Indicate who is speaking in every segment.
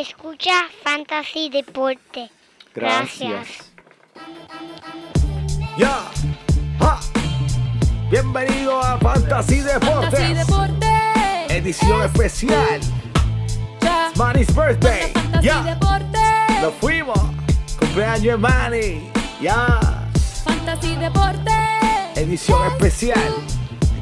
Speaker 1: Escucha Fantasy Deporte. Gracias.
Speaker 2: ¡Ya! ¡Ja! Bienvenido a Fantasy Deportes,
Speaker 3: Fantasy Deportes.
Speaker 2: edición especial.
Speaker 3: Ya.
Speaker 2: Manny's Birthday.
Speaker 3: Fantasy
Speaker 2: ¡Ya!
Speaker 3: Deportes.
Speaker 2: ¡Lo fuimos! ¡Cumpleaños de Manny! ¡Ya!
Speaker 3: Fantasy Deportes.
Speaker 2: Edición especial.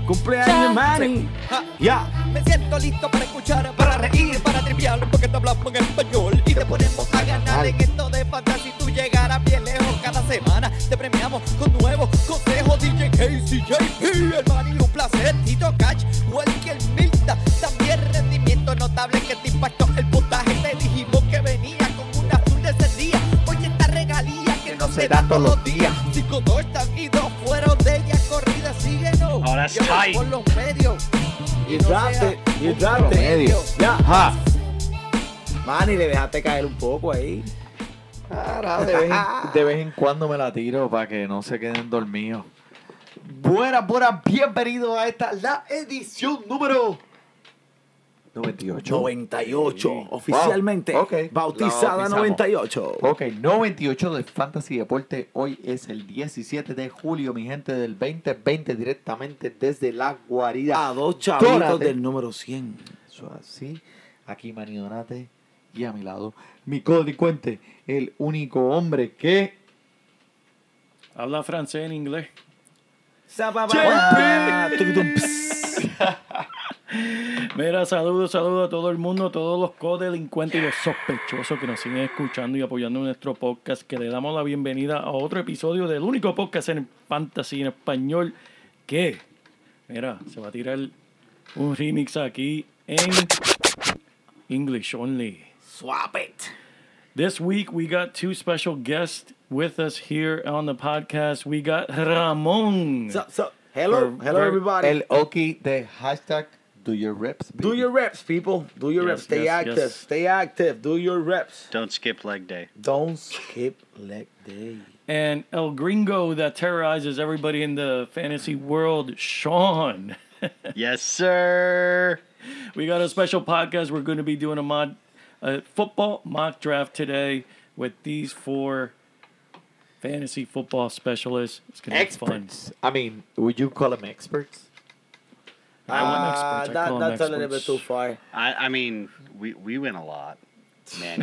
Speaker 2: ¡Cumpleaños de Manny! Ja, ¡Ya!
Speaker 4: Me siento listo para escuchar, para reír, para triviar, porque te hablamos en español y te ponemos a ganar en esto de fantasy. Tú llegarás bien lejos cada semana. Te premiamos con nuevos consejos. DJ Casey, JP, el Manny, un placer. Tito Cash, Welker Milta. También rendimiento notable que te impactó el puntaje. Te dijimos que venía con una azul de ese día. Oye, esta regalía que no se da todos los días. Cinco, dos están y dos fueron de ella corrida. Síguenos.
Speaker 5: Ahora es
Speaker 4: Llévanos
Speaker 5: tight.
Speaker 4: por los medios.
Speaker 2: ¡Y date! ¡Y date!
Speaker 4: Promedio.
Speaker 2: ¡Ya! ¡Ja! Manny, le dejaste caer un poco ahí.
Speaker 5: Cara, de, vez en, de vez en cuando me la tiro para que no se queden dormidos. Buenas, buenas, bienvenidos a esta, la edición número 98.
Speaker 2: 98,
Speaker 5: Sí.
Speaker 2: oficialmente
Speaker 5: Wow, ok.
Speaker 2: bautizada
Speaker 5: La bautizamos.
Speaker 2: 98.
Speaker 5: Ok, 98 de Fantasy Deporte. Hoy es el 17 de julio, mi gente del 2020, directamente desde la guarida.
Speaker 2: A dos chavitos
Speaker 5: Dórate.
Speaker 2: del número 100.
Speaker 5: Eso es así, aquí Manny Donate y a mi lado, mi codelincuente, el único hombre que
Speaker 6: Habla francés en inglés.
Speaker 2: Zapapá. Tucutum, pss.
Speaker 6: Mira, saludos, saludos a todo el mundo, a todos los codelincuentes y los sospechosos que nos siguen escuchando y apoyando nuestro podcast, que le damos la bienvenida a otro episodio del único podcast en fantasy en español que, mira, se va a tirar un remix aquí en English Only.
Speaker 2: Swap it.
Speaker 6: This week we got two special guests with us here on the podcast. We got Ramón.
Speaker 2: So- so- hello,
Speaker 6: Ver-
Speaker 2: hello
Speaker 6: ver-
Speaker 2: everybody.
Speaker 5: El Oki de hashtag do your reps.
Speaker 2: Do
Speaker 5: baby.
Speaker 2: your reps, people. Do your
Speaker 6: Yes,
Speaker 2: reps. Stay
Speaker 6: yes,
Speaker 2: active.
Speaker 6: yes.
Speaker 2: Stay active. Do your reps.
Speaker 7: Don't skip leg day.
Speaker 2: Don't skip leg day.
Speaker 6: and El Gringo that terrorizes everybody in the fantasy world, Sean.
Speaker 7: Yes, sir.
Speaker 6: We got a special podcast. We're going to be doing a mod a football mock draft today with these four fantasy football specialists. It's going to be fun.
Speaker 5: experts. I mean, would you call them experts?
Speaker 6: I want
Speaker 2: Ah,
Speaker 6: experts. I
Speaker 2: that,
Speaker 6: call them
Speaker 2: that's a little bit
Speaker 6: experts.
Speaker 2: too far.
Speaker 7: I, I mean, we, we win a lot, man.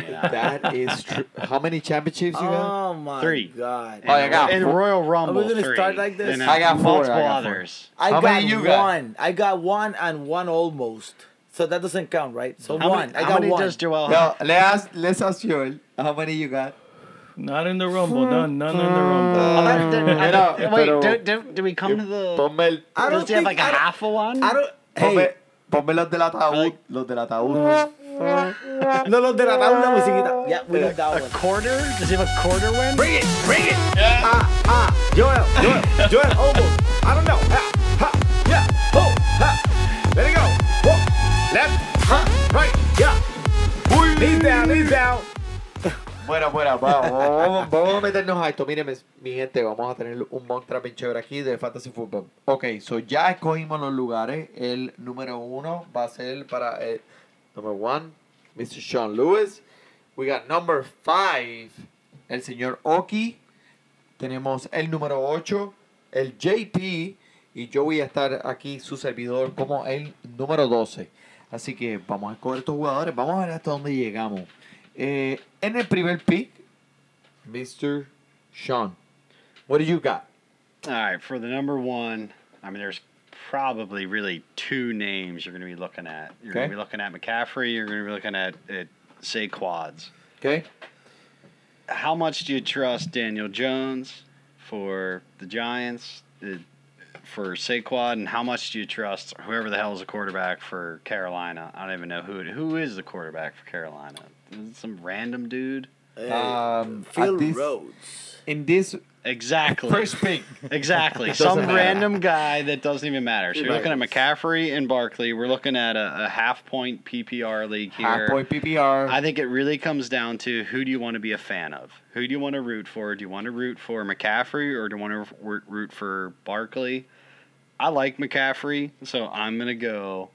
Speaker 7: and I.
Speaker 5: That is true. How many championships you got?
Speaker 2: Oh my
Speaker 7: Three.
Speaker 2: god.
Speaker 7: And,
Speaker 5: Oh, I got
Speaker 7: and
Speaker 5: four.
Speaker 7: Royal Rumble.
Speaker 2: gonna
Speaker 7: three.
Speaker 2: start like this?
Speaker 7: And,
Speaker 5: I got four, I
Speaker 7: multiple
Speaker 5: got four.
Speaker 7: others.
Speaker 2: I
Speaker 5: How
Speaker 2: got
Speaker 5: many you got?
Speaker 2: one. I got one and one almost. So that doesn't count, right? So
Speaker 7: How
Speaker 2: one.
Speaker 7: many,
Speaker 2: I
Speaker 7: how
Speaker 2: got
Speaker 7: many
Speaker 2: one.
Speaker 7: does Joel have?
Speaker 5: No, let us let's ask you how many you got.
Speaker 6: Not in the rumble. None. None in the rumble.
Speaker 7: Well, that- that-
Speaker 5: Pero-
Speaker 7: wait,
Speaker 5: pero-
Speaker 7: do, do, do we come to the?
Speaker 5: Ponme el,
Speaker 2: I don't
Speaker 7: Does he have
Speaker 2: think-
Speaker 7: like a
Speaker 2: I don't-
Speaker 7: half of one?
Speaker 2: I don't.
Speaker 5: ponme,
Speaker 2: Hey,
Speaker 5: ponme los del ataúd, los del ataúd.
Speaker 2: no los derramaron la musiquita. Yeah, we got that
Speaker 7: A
Speaker 2: one.
Speaker 7: quarter? Does he have a quarter win?
Speaker 2: Bring it, bring it. Ah, ah, Joel, Joel, Joel, almost. I don't know. Ha, ha, yeah, ho, ha. Let it go. Ho, left, ha, right, yeah. Knees down, knees down.
Speaker 5: Bueno, bueno, vamos, vamos, vamos a meternos a esto. Miren, mis- mi gente, vamos a tener un monstruo bien chévere aquí de Fantasy Football. Ok, so ya escogimos los lugares. El número uno va a ser para el number one, Mr. Sean Lewis. We got number five, el señor Oki. Tenemos el número 8, el JP. Y yo voy a estar aquí, su servidor, como el número 12. Así que vamos a escoger estos jugadores. Vamos a ver hasta dónde llegamos. Eh, en el primer pick, Mr. Sean. What do you got?
Speaker 7: All right, for the number one, I mean, there's probably really two names you're going to be looking at. You're going
Speaker 5: Okay.
Speaker 7: to be looking at McCaffrey. You're going to be looking at, at say quads.
Speaker 5: Okay.
Speaker 7: how much do you trust Daniel Jones for the Giants, uh, for Saquon, and how much do you trust whoever the hell is the quarterback for Carolina? I don't even know who it, who is the quarterback for Carolina. Is it Some random dude.
Speaker 5: Um,
Speaker 2: Phil
Speaker 5: at this-
Speaker 2: Rhodes.
Speaker 5: In this
Speaker 7: Exactly.
Speaker 5: first pick.
Speaker 7: Exactly.
Speaker 5: Doesn't
Speaker 7: Some
Speaker 5: matter.
Speaker 7: random guy that doesn't even matter. So you're
Speaker 5: Right.
Speaker 7: looking at McCaffrey and Barkley. We're looking at a, a half point PPR league here.
Speaker 5: Half point PPR.
Speaker 7: I think it really comes down to who do you want to be a fan of? Who do you want to root for? Do you want to root for McCaffrey or do you want to root- root for Barkley? I like McCaffrey, so I'm going to go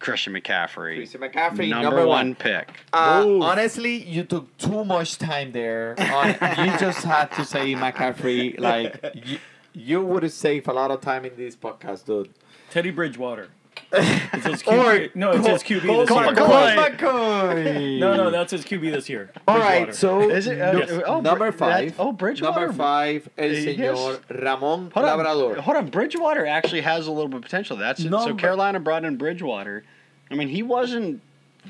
Speaker 7: Christian McCaffrey.
Speaker 5: Christian McCaffrey, number
Speaker 7: number, one,
Speaker 5: one.
Speaker 7: pick.
Speaker 5: Uh,
Speaker 6: Oof.
Speaker 5: honestly, you took too much time there. On, you just had to say McCaffrey. Like you, you would save a lot of time in this podcast, dude.
Speaker 6: Teddy Bridgewater. It's his
Speaker 5: Or
Speaker 6: QB. no, it's his QB this
Speaker 5: Colt
Speaker 6: year.
Speaker 5: McCoy.
Speaker 6: Right. No, no, that's his QB this year.
Speaker 5: All right,
Speaker 6: Bridgewater.
Speaker 5: so
Speaker 7: Is it-
Speaker 5: nu-
Speaker 7: yes. oh,
Speaker 5: number
Speaker 7: Brid- that-
Speaker 5: five?
Speaker 7: oh, Bridgewater.
Speaker 5: Number five, el
Speaker 7: Eh, yes.
Speaker 5: señor Ramón
Speaker 7: Hold on,
Speaker 5: Labrador.
Speaker 7: hold on. Bridgewater actually has a little bit of potential. That's it. so
Speaker 6: Number-
Speaker 7: Carolina brought in Bridgewater. I mean, he wasn't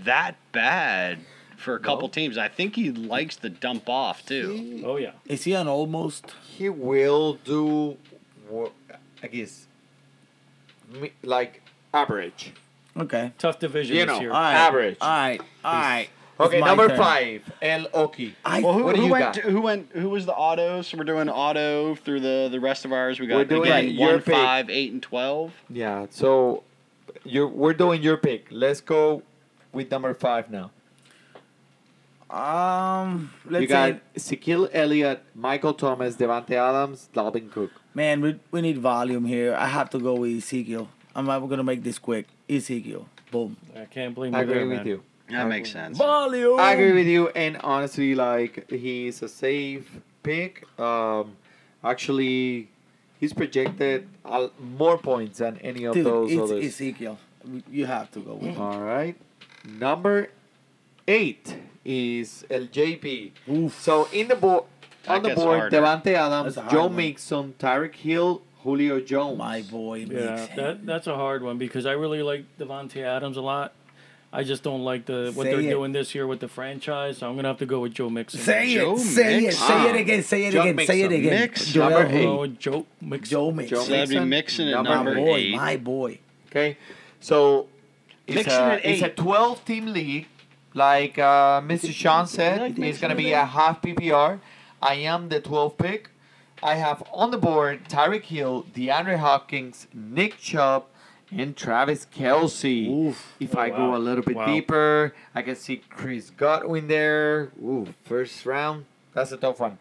Speaker 7: that bad for a couple teams. I think he likes to dump off too.
Speaker 5: He,
Speaker 6: Oh yeah.
Speaker 8: Is he an almost?
Speaker 5: he will do, wo- I guess, mi- like average.
Speaker 8: Okay.
Speaker 6: Tough division
Speaker 5: You
Speaker 6: this
Speaker 5: know,
Speaker 6: year.
Speaker 8: All right.
Speaker 5: Average.
Speaker 8: All right. All right.
Speaker 5: Okay,
Speaker 8: It's my
Speaker 5: number
Speaker 8: turn.
Speaker 5: five, El Oki.
Speaker 8: I,
Speaker 7: Well, who,
Speaker 5: What do
Speaker 7: who
Speaker 5: you
Speaker 7: went?
Speaker 5: got?
Speaker 7: to- who went? Who was the auto? So we're doing auto through the the rest of ours. We got
Speaker 5: We're doing
Speaker 7: again
Speaker 5: your
Speaker 7: one,
Speaker 5: pick.
Speaker 7: five, eight, and twelve.
Speaker 5: Yeah, so you're, we're doing your pick. Let's go with number five now.
Speaker 8: um. Let's
Speaker 5: you
Speaker 8: say,
Speaker 5: got Ezekiel Elliott, Michael Thomas, Devante Adams, Dalvin Cook.
Speaker 8: man, we, we need volume here. I have to go with Ezekiel. I'm, I'm gonna make this quick. Ezekiel. Boom.
Speaker 6: I can't blame you.
Speaker 5: I agree
Speaker 6: there,
Speaker 5: with
Speaker 6: man.
Speaker 5: you.
Speaker 7: That makes sense.
Speaker 8: Volume.
Speaker 5: I agree with you, and honestly, like he's a safe pick. Um, actually, he's projected uh, more points than any of
Speaker 8: Dude,
Speaker 5: those
Speaker 8: it's
Speaker 5: others.
Speaker 8: Ezekiel. You have to go with. him.
Speaker 5: All right, number eight is El JP.
Speaker 8: Oof.
Speaker 5: So in the board,
Speaker 7: That
Speaker 5: on the
Speaker 7: gets
Speaker 5: board,
Speaker 7: harder.
Speaker 5: Devante Adams,
Speaker 8: That's a hard
Speaker 5: Joe
Speaker 8: one.
Speaker 5: Mixon, Tyreek Hill, Julio Jones.
Speaker 8: My boy.
Speaker 6: Yeah,
Speaker 8: Mixon.
Speaker 6: that, that's a hard one because I really like Devontae Adams a lot. I just don't like the what
Speaker 8: Say
Speaker 6: they're
Speaker 8: it.
Speaker 6: doing this year with the franchise, so I'm gonna have to go with Joe Mixon.
Speaker 8: Say
Speaker 7: Joe
Speaker 8: it, say it,
Speaker 7: Mixon.
Speaker 8: say it again, say it
Speaker 5: Joe
Speaker 8: again, say it
Speaker 5: Mixon.
Speaker 8: again.
Speaker 7: Ah. Mix.
Speaker 8: Joel
Speaker 5: Number
Speaker 8: Who?
Speaker 5: eight.
Speaker 6: Oh, Joe Mixon.
Speaker 8: Joe
Speaker 5: Joe
Speaker 8: Mixon.
Speaker 7: So that'd be
Speaker 5: Mixon,
Speaker 7: Mixon at
Speaker 5: number
Speaker 8: My
Speaker 7: number
Speaker 5: eight.
Speaker 8: boy,
Speaker 7: eight.
Speaker 8: my boy.
Speaker 5: Okay, so it's
Speaker 7: Mixon
Speaker 5: a,
Speaker 7: at
Speaker 5: it's a
Speaker 7: eight.
Speaker 5: 12 team league. Like uh, Mr. Sean said,
Speaker 8: like
Speaker 5: it's
Speaker 8: Mixon
Speaker 5: going to be
Speaker 8: at
Speaker 5: a half PPR. I am the 12 pick. I have on the board Tyreek Hill, DeAndre Hopkins, Nick Chubb, and Travis Kelsey. If I
Speaker 6: wow.
Speaker 5: go a little bit
Speaker 6: Wow.
Speaker 5: deeper, I can see Chris Godwin there. Ooh, first round. That's a tough one.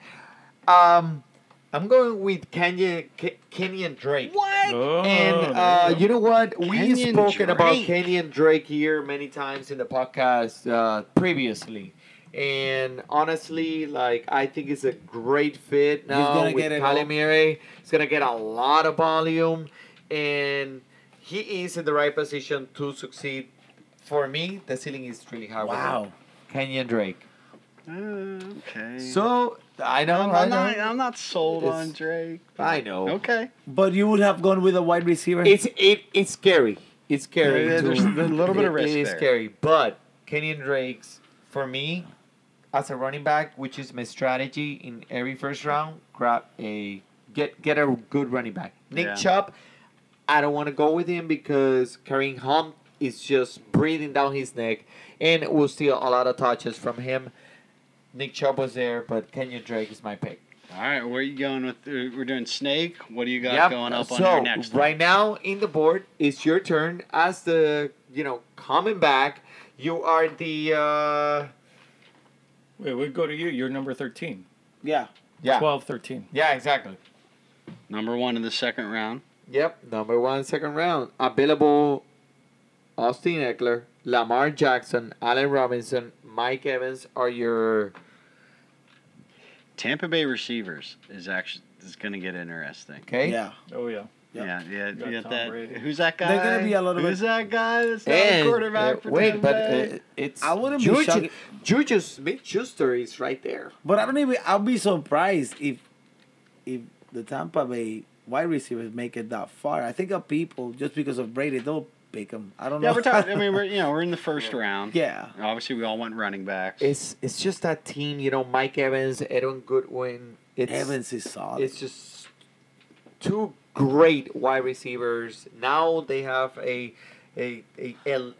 Speaker 5: Um, I'm going with Kenya, Ke- Kenyan Drake.
Speaker 6: Oh, there
Speaker 5: And uh,
Speaker 6: you
Speaker 5: you know what? We've
Speaker 7: Kenyon
Speaker 5: spoken about
Speaker 7: Drake.
Speaker 5: Kenyon Drake here many times in the podcast uh, previously. And honestly, like I think it's a great fit now
Speaker 8: gonna
Speaker 5: with
Speaker 8: get it all.
Speaker 5: Calimere. He's gonna get a lot of volume, and he is in the right position to succeed. For me, the ceiling is really high. with him.
Speaker 8: Wow.
Speaker 5: Kenyon Drake.
Speaker 7: Uh, okay.
Speaker 5: So I know,
Speaker 7: I'm,
Speaker 5: I
Speaker 7: I'm
Speaker 5: know,
Speaker 7: not. I'm not sold
Speaker 5: It's-
Speaker 7: on Drake.
Speaker 5: I know.
Speaker 7: Okay.
Speaker 8: But you would have gone with a wide receiver.
Speaker 5: It's it it's scary. It's scary.
Speaker 7: Yeah, there's
Speaker 5: too.
Speaker 7: a little bit of
Speaker 5: It-
Speaker 7: risk
Speaker 5: It is
Speaker 7: there.
Speaker 5: scary, but Kenyon Drake's for me as a running back, which is my strategy in every first round, grab a get get a good running back. Nick
Speaker 7: Yeah.
Speaker 5: Chubb, I don't want to go with him because Kareem Hunt is just breathing down his neck, and we'll steal a lot of touches from him. Nick Chubb was there, but Kenyon Drake is my pick.
Speaker 7: All right. Where are you going with? uh, We're doing snake. What do you got
Speaker 5: Yep.
Speaker 7: going up
Speaker 5: so
Speaker 7: on your next? one?
Speaker 5: right now in the board, it's your turn as the you know coming back. You are the uh,
Speaker 6: Wait, we go to you. You're number 13.
Speaker 8: yeah.
Speaker 5: yeah
Speaker 6: 12, 13.
Speaker 5: yeah exactly.
Speaker 7: Number one in the second round.
Speaker 5: Yep, number one second round available. Austin Eckler, Lamar Jackson, Allen Robinson, Mike Evans are your
Speaker 7: Tampa Bay receivers is actually is going to get interesting.
Speaker 5: okay.
Speaker 8: Yeah.
Speaker 6: Oh yeah.
Speaker 7: Yeah, yeah.
Speaker 6: got
Speaker 7: You got
Speaker 6: Tom
Speaker 7: that.
Speaker 6: Brady.
Speaker 7: Who's that guy?
Speaker 8: They're gonna be a little
Speaker 7: Who's
Speaker 8: bit-
Speaker 7: that guy? That's not
Speaker 5: And,
Speaker 7: a quarterback
Speaker 5: uh,
Speaker 7: for
Speaker 5: wait,
Speaker 7: Tampa
Speaker 5: but
Speaker 7: Bay?
Speaker 5: uh, it's
Speaker 8: I wouldn't be
Speaker 5: Juju,
Speaker 8: shocked-
Speaker 5: Juju Smith-Schuster is right there.
Speaker 8: But I don't even I'll be surprised if if the Tampa Bay wide receivers make it that far. I think of people just because of Brady they'll pick him. I
Speaker 5: uh,
Speaker 8: don't
Speaker 7: yeah,
Speaker 8: know.
Speaker 7: we're talking. I mean, we're you know we're in the first round.
Speaker 8: yeah.
Speaker 7: Obviously, we all went running backs.
Speaker 5: It's it's just that team, you know, Mike Evans, Aaron Goodwin. It's,
Speaker 8: Evans is solid.
Speaker 5: It's just two great wide receivers. Now they have a a a, a,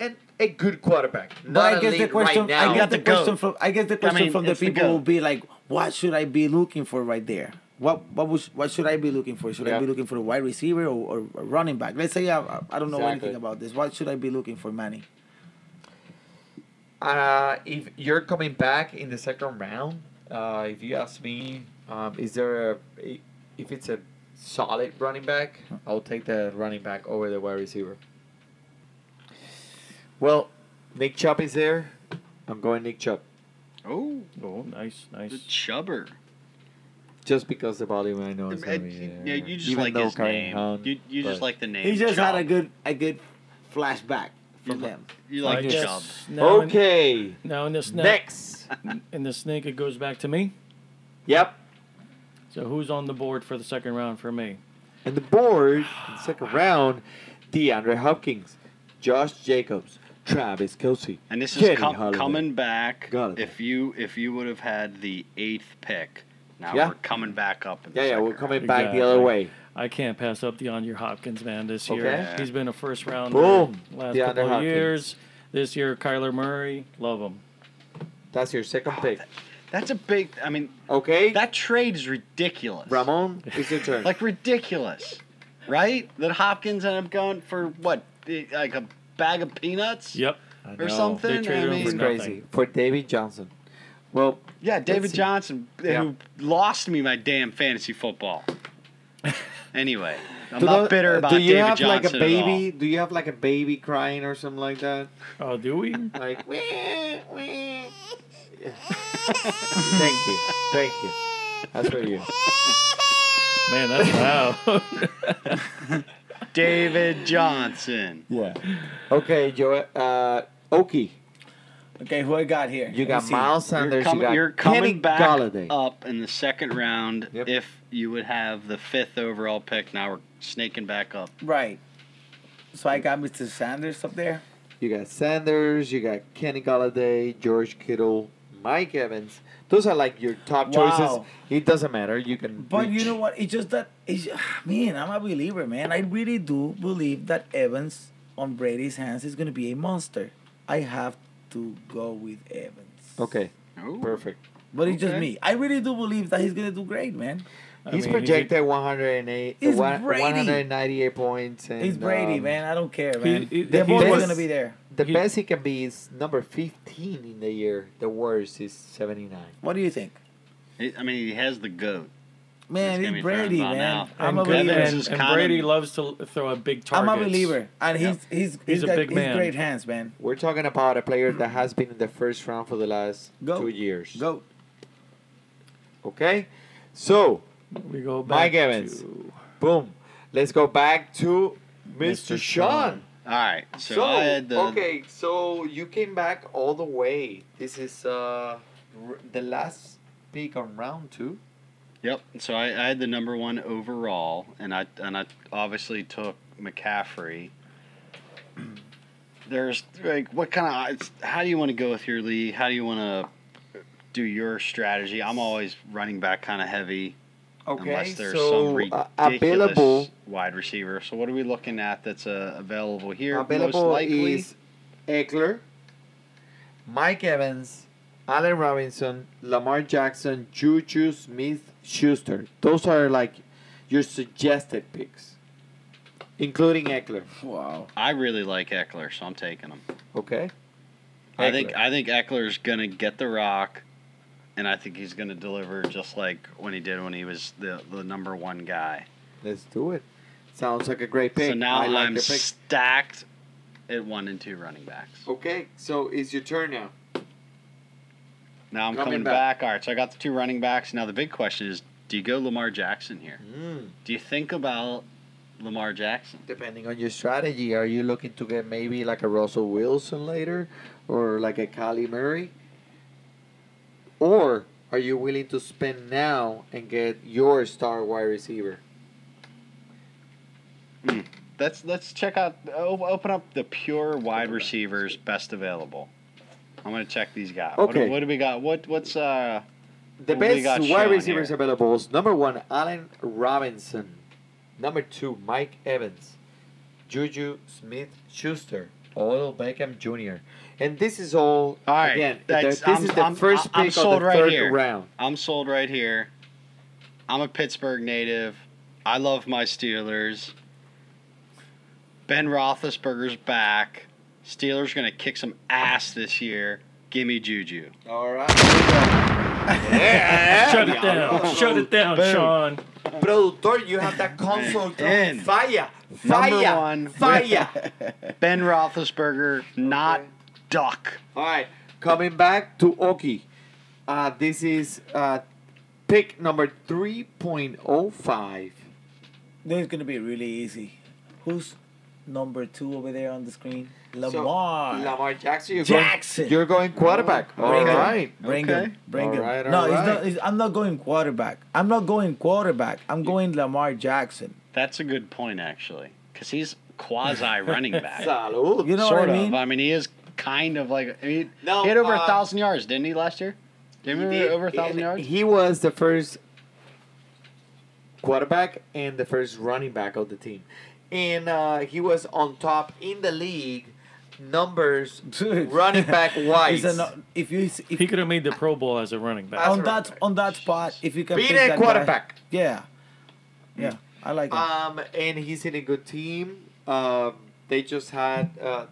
Speaker 5: a, a good quarterback. Not
Speaker 8: But I guess the
Speaker 5: elite
Speaker 8: question
Speaker 5: right now.
Speaker 8: I guess the,
Speaker 7: The goat.
Speaker 8: question from I guess the question
Speaker 7: mean,
Speaker 8: from the
Speaker 7: it's the
Speaker 8: people will
Speaker 7: goat.
Speaker 8: be like, what should I be looking for right there? What what was, what should I be looking for? Should
Speaker 5: Yeah.
Speaker 8: I be looking for a wide receiver or, or a running back? Let's say I, I I don't know
Speaker 5: Exactly.
Speaker 8: anything about this. What should I be looking for, Manny?
Speaker 5: Uh, if you're coming back in the second round, uh, if you ask me, um, is there a if it's a solid running back, I'll take the running back over the wide receiver. Well, Nick Chubb is there. I'm going Nick Chubb
Speaker 7: Oh,
Speaker 6: Oh, nice,
Speaker 7: the
Speaker 6: nice.
Speaker 7: chubber.
Speaker 5: just because the volume I know is
Speaker 7: Uh,
Speaker 5: Oh, gonna be there.
Speaker 7: yeah, you just
Speaker 5: Even
Speaker 7: like
Speaker 5: though
Speaker 7: his
Speaker 5: Kareem
Speaker 7: name.
Speaker 5: Hunt,
Speaker 7: you you just
Speaker 5: but-
Speaker 7: like the name.
Speaker 8: He Mm-hmm. just had a
Speaker 7: Chubb.
Speaker 8: good a good flashback from
Speaker 7: You
Speaker 8: them.
Speaker 7: You like
Speaker 6: I
Speaker 7: Chubb.
Speaker 6: guess now in-
Speaker 5: Okay,
Speaker 6: now in the snake,
Speaker 5: next.
Speaker 6: in the snake, it goes back to me.
Speaker 5: Yep.
Speaker 6: So who's on the board for the second round for me?
Speaker 5: And the board, in the second round, DeAndre Hopkins, Josh Jacobs, Travis Kelsey.
Speaker 7: And this is
Speaker 5: Kenny
Speaker 7: com-
Speaker 5: Golladay.
Speaker 7: coming back.
Speaker 5: Golladay.
Speaker 7: If you if you would have had the eighth pick, now
Speaker 5: Yeah.
Speaker 7: we're coming back up. In the
Speaker 5: Yeah, yeah,
Speaker 7: second
Speaker 5: we're coming
Speaker 6: round.
Speaker 5: back the other
Speaker 6: Exactly.
Speaker 5: way.
Speaker 6: I can't pass up DeAndre Hopkins, man, this year.
Speaker 5: Okay.
Speaker 6: He's been a first round
Speaker 5: Boom.
Speaker 6: last
Speaker 5: DeAndre
Speaker 6: couple of
Speaker 5: Hopkins.
Speaker 6: years. This year, Kyler Murray, love him.
Speaker 5: That's your second pick.
Speaker 7: round. That's a big. I mean,
Speaker 5: Okay,
Speaker 7: that trade is ridiculous.
Speaker 5: Ramon, it's your turn.
Speaker 7: Like ridiculous, right? That Hopkins ended up going for what, eh, like a bag of peanuts?
Speaker 6: Yep.
Speaker 5: I
Speaker 7: Or
Speaker 5: know.
Speaker 7: something.
Speaker 6: They traded
Speaker 7: I
Speaker 6: him
Speaker 7: mean,
Speaker 5: It's crazy. For David Johnson. Well,
Speaker 7: Yeah, David
Speaker 5: Let's see.
Speaker 7: Johnson, uh,
Speaker 5: Yeah.
Speaker 7: who lost me my damn fantasy football. anyway, I'm
Speaker 5: do
Speaker 7: not
Speaker 5: tho-
Speaker 7: bitter
Speaker 5: uh,
Speaker 7: about
Speaker 5: do you
Speaker 7: David
Speaker 5: have
Speaker 7: Johnson
Speaker 5: like a baby? Do you have like a baby crying or something like that?
Speaker 6: Oh, do we?
Speaker 5: Like, wee, wee. thank you, thank you. That's for you.
Speaker 6: Man, that's wow.
Speaker 7: at all. David Johnson.
Speaker 5: Yeah. Okay, Joe. Uh, Okie,
Speaker 8: Okay, who I got here?
Speaker 5: you
Speaker 8: Let me
Speaker 5: got
Speaker 8: see.
Speaker 5: Miles
Speaker 7: You're,
Speaker 5: Sanders.
Speaker 7: coming-
Speaker 5: you got
Speaker 7: you're coming
Speaker 5: Kenny
Speaker 7: back
Speaker 5: Galladay.
Speaker 7: up in the second round
Speaker 5: Yep.
Speaker 7: if you would have the fifth overall pick. Now we're snaking back up.
Speaker 8: Right. So I got Mr. Sanders up there.
Speaker 5: You got Sanders. You got Kenny Galladay, George Kittle, Mike Evans. Those are like your top choices.
Speaker 8: Wow.
Speaker 5: It doesn't matter. You can.
Speaker 8: But you
Speaker 5: reach-
Speaker 8: know what? It's just that, it's, ah, man, I'm a believer, man. I really do believe that Evans on Brady's hands is going to be a monster. I have to go with Evans.
Speaker 5: Okay.
Speaker 7: Ooh.
Speaker 5: Perfect.
Speaker 8: But it's just
Speaker 7: Okay.
Speaker 8: me. I really do believe that he's going to do great, man.
Speaker 5: He's
Speaker 6: mean, he's-
Speaker 5: projected 108,
Speaker 8: He's
Speaker 5: one-
Speaker 8: Brady.
Speaker 5: 198 points. And,
Speaker 8: He's Brady,
Speaker 5: um,
Speaker 8: man. I don't care, man.
Speaker 6: he-
Speaker 8: the
Speaker 6: he
Speaker 8: boy
Speaker 5: was-
Speaker 8: going to be there.
Speaker 5: The
Speaker 6: He-
Speaker 5: best he can be is number 15 in the year. The worst is 79.
Speaker 8: What do you think?
Speaker 7: I I mean, he has the goat. It's
Speaker 8: Man,
Speaker 7: gonna
Speaker 8: it's
Speaker 7: be
Speaker 8: Brady,
Speaker 7: friends on
Speaker 8: man.
Speaker 7: out.
Speaker 6: and,
Speaker 8: I'm a
Speaker 6: Evans
Speaker 8: believer.
Speaker 7: Evans is
Speaker 6: and
Speaker 7: kinda-
Speaker 6: Brady loves to throw a big
Speaker 8: I'm
Speaker 6: target.
Speaker 8: a believer, and
Speaker 7: Yep.
Speaker 8: he's he's
Speaker 6: He's a
Speaker 8: got,
Speaker 6: big
Speaker 8: he's
Speaker 6: man.
Speaker 8: Great hands, man.
Speaker 5: We're talking about a player that has been in the first round for the last
Speaker 8: Go.
Speaker 5: two years.
Speaker 8: Go.
Speaker 5: Okay? So,
Speaker 6: We go back
Speaker 5: Mike Evans.
Speaker 6: to-
Speaker 5: boom. Let's go back to Mr. Sean.
Speaker 6: Mr. Sean.
Speaker 7: All right, so,
Speaker 5: So,
Speaker 7: I had the
Speaker 5: okay, so you came back all the way. This is uh, r- the last pick on round two.
Speaker 7: Yep. So I, I had the number one overall, and I and I obviously took McCaffrey. There's like what kind of it's, how do you want to go with your league? How do you want to do your strategy? I'm always running back kind of heavy
Speaker 5: Okay,
Speaker 7: unless there's some
Speaker 5: so uh,
Speaker 7: ridiculous
Speaker 5: available
Speaker 7: wide receiver. So what are we looking at that's uh, available here?
Speaker 5: Available
Speaker 7: Most likely
Speaker 5: is Eckler, Mike Evans, Allen Robinson, Lamar Jackson, Juju Smith Schuster. Those are like your suggested picks, including Eckler.
Speaker 8: Wow.
Speaker 7: I really like Eckler, so I'm taking him.
Speaker 5: Okay.
Speaker 7: I think
Speaker 5: Eckler.
Speaker 7: I think Eckler's gonna get the rock, and I think he's gonna deliver just like when he did when he was the the number one guy.
Speaker 5: Let's do it. Sounds like a great pick.
Speaker 7: so now
Speaker 5: I like
Speaker 7: I'm
Speaker 5: the pick. Oh,
Speaker 7: stacked at one and two running backs.
Speaker 5: okay, so it's your turn now.
Speaker 7: Now I'm
Speaker 5: Coming
Speaker 7: coming
Speaker 5: back.
Speaker 7: back. All right, so I got the two running backs. Now the big question is, do you go Lamar Jackson here? Do you think about Lamar Jackson?
Speaker 5: Depending on your strategy, are you looking to get maybe like a Russell Wilson later or like a Kylie Murray? Or are you willing to spend now and get your star wide receiver?
Speaker 7: Let's let's check out. o- Open up the pure wide receivers best available. I'm gonna check these guys. What do-
Speaker 5: Okay.
Speaker 7: What, do we got? What what's uh?
Speaker 5: The
Speaker 7: Who we got
Speaker 5: best wide
Speaker 7: showing
Speaker 5: receivers
Speaker 7: here?
Speaker 5: available is number one, Allen Robinson. Number two, Mike Evans. Juju Smith Schuster. Odell Beckham Jr. And this is all,
Speaker 7: All right,
Speaker 5: again, the-
Speaker 7: that's-
Speaker 5: this
Speaker 7: I'm-
Speaker 5: is the
Speaker 7: I'm-
Speaker 5: 1st
Speaker 7: I'm
Speaker 5: pick of
Speaker 7: sold
Speaker 5: the
Speaker 7: right
Speaker 5: third
Speaker 7: here.
Speaker 5: round.
Speaker 7: I'm sold right here. I'm a Pittsburgh native. I love my Steelers. Ben Roethlisberger's back. Steelers gonna kick some ass this year. Give me Juju.
Speaker 5: All right. Yeah.
Speaker 6: Shut it down. Shut it down,
Speaker 7: Boom.
Speaker 6: Sean.
Speaker 5: Productor, you have that console
Speaker 7: Man.
Speaker 5: on fire.
Speaker 7: Number
Speaker 5: Falla.
Speaker 7: one.
Speaker 5: Falla.
Speaker 7: Ben Roethlisberger, not Duck.
Speaker 5: All right, coming back to Oki. Uh, this is uh, pick number 3.05.
Speaker 8: This is gonna be really easy. Who's number two over there on the screen? Lamar.
Speaker 5: So, Lamar Jackson. You're
Speaker 8: Jackson.
Speaker 5: Going, you're going quarterback. All
Speaker 8: Bring him.
Speaker 5: right.
Speaker 8: Bring
Speaker 7: Okay.
Speaker 8: him. Bring him.
Speaker 5: All right,
Speaker 8: no,
Speaker 5: all
Speaker 8: it's
Speaker 5: right.
Speaker 8: not, it's, I'm not going quarterback. I'm not going quarterback. I'm going Lamar Jackson.
Speaker 7: That's a good point, actually, because he's quasi running back.
Speaker 5: Salud.
Speaker 8: You know
Speaker 7: sort
Speaker 8: what I mean?
Speaker 7: of. I mean, he is kind of like. I mean,
Speaker 5: No,
Speaker 7: he had over a
Speaker 5: uh,
Speaker 7: thousand yards, didn't he, last year? Didn't he,
Speaker 5: did-
Speaker 7: over a thousand
Speaker 5: he-
Speaker 7: yards?
Speaker 5: He was the first quarterback and the first running back of the team. And uh, he was on top in the league numbers
Speaker 8: Dude.
Speaker 5: running back wise.
Speaker 8: It's a no- if you s- if
Speaker 6: He could have made the Pro Bowl as a running back.
Speaker 5: As
Speaker 8: on
Speaker 5: a
Speaker 8: that
Speaker 5: running
Speaker 8: on that spot, if you can
Speaker 5: Being
Speaker 8: pick
Speaker 5: a
Speaker 8: that guy-
Speaker 5: quarterback.
Speaker 8: yeah, yeah, I like it.
Speaker 5: Um, and he's in a good team. Um, they just had uh,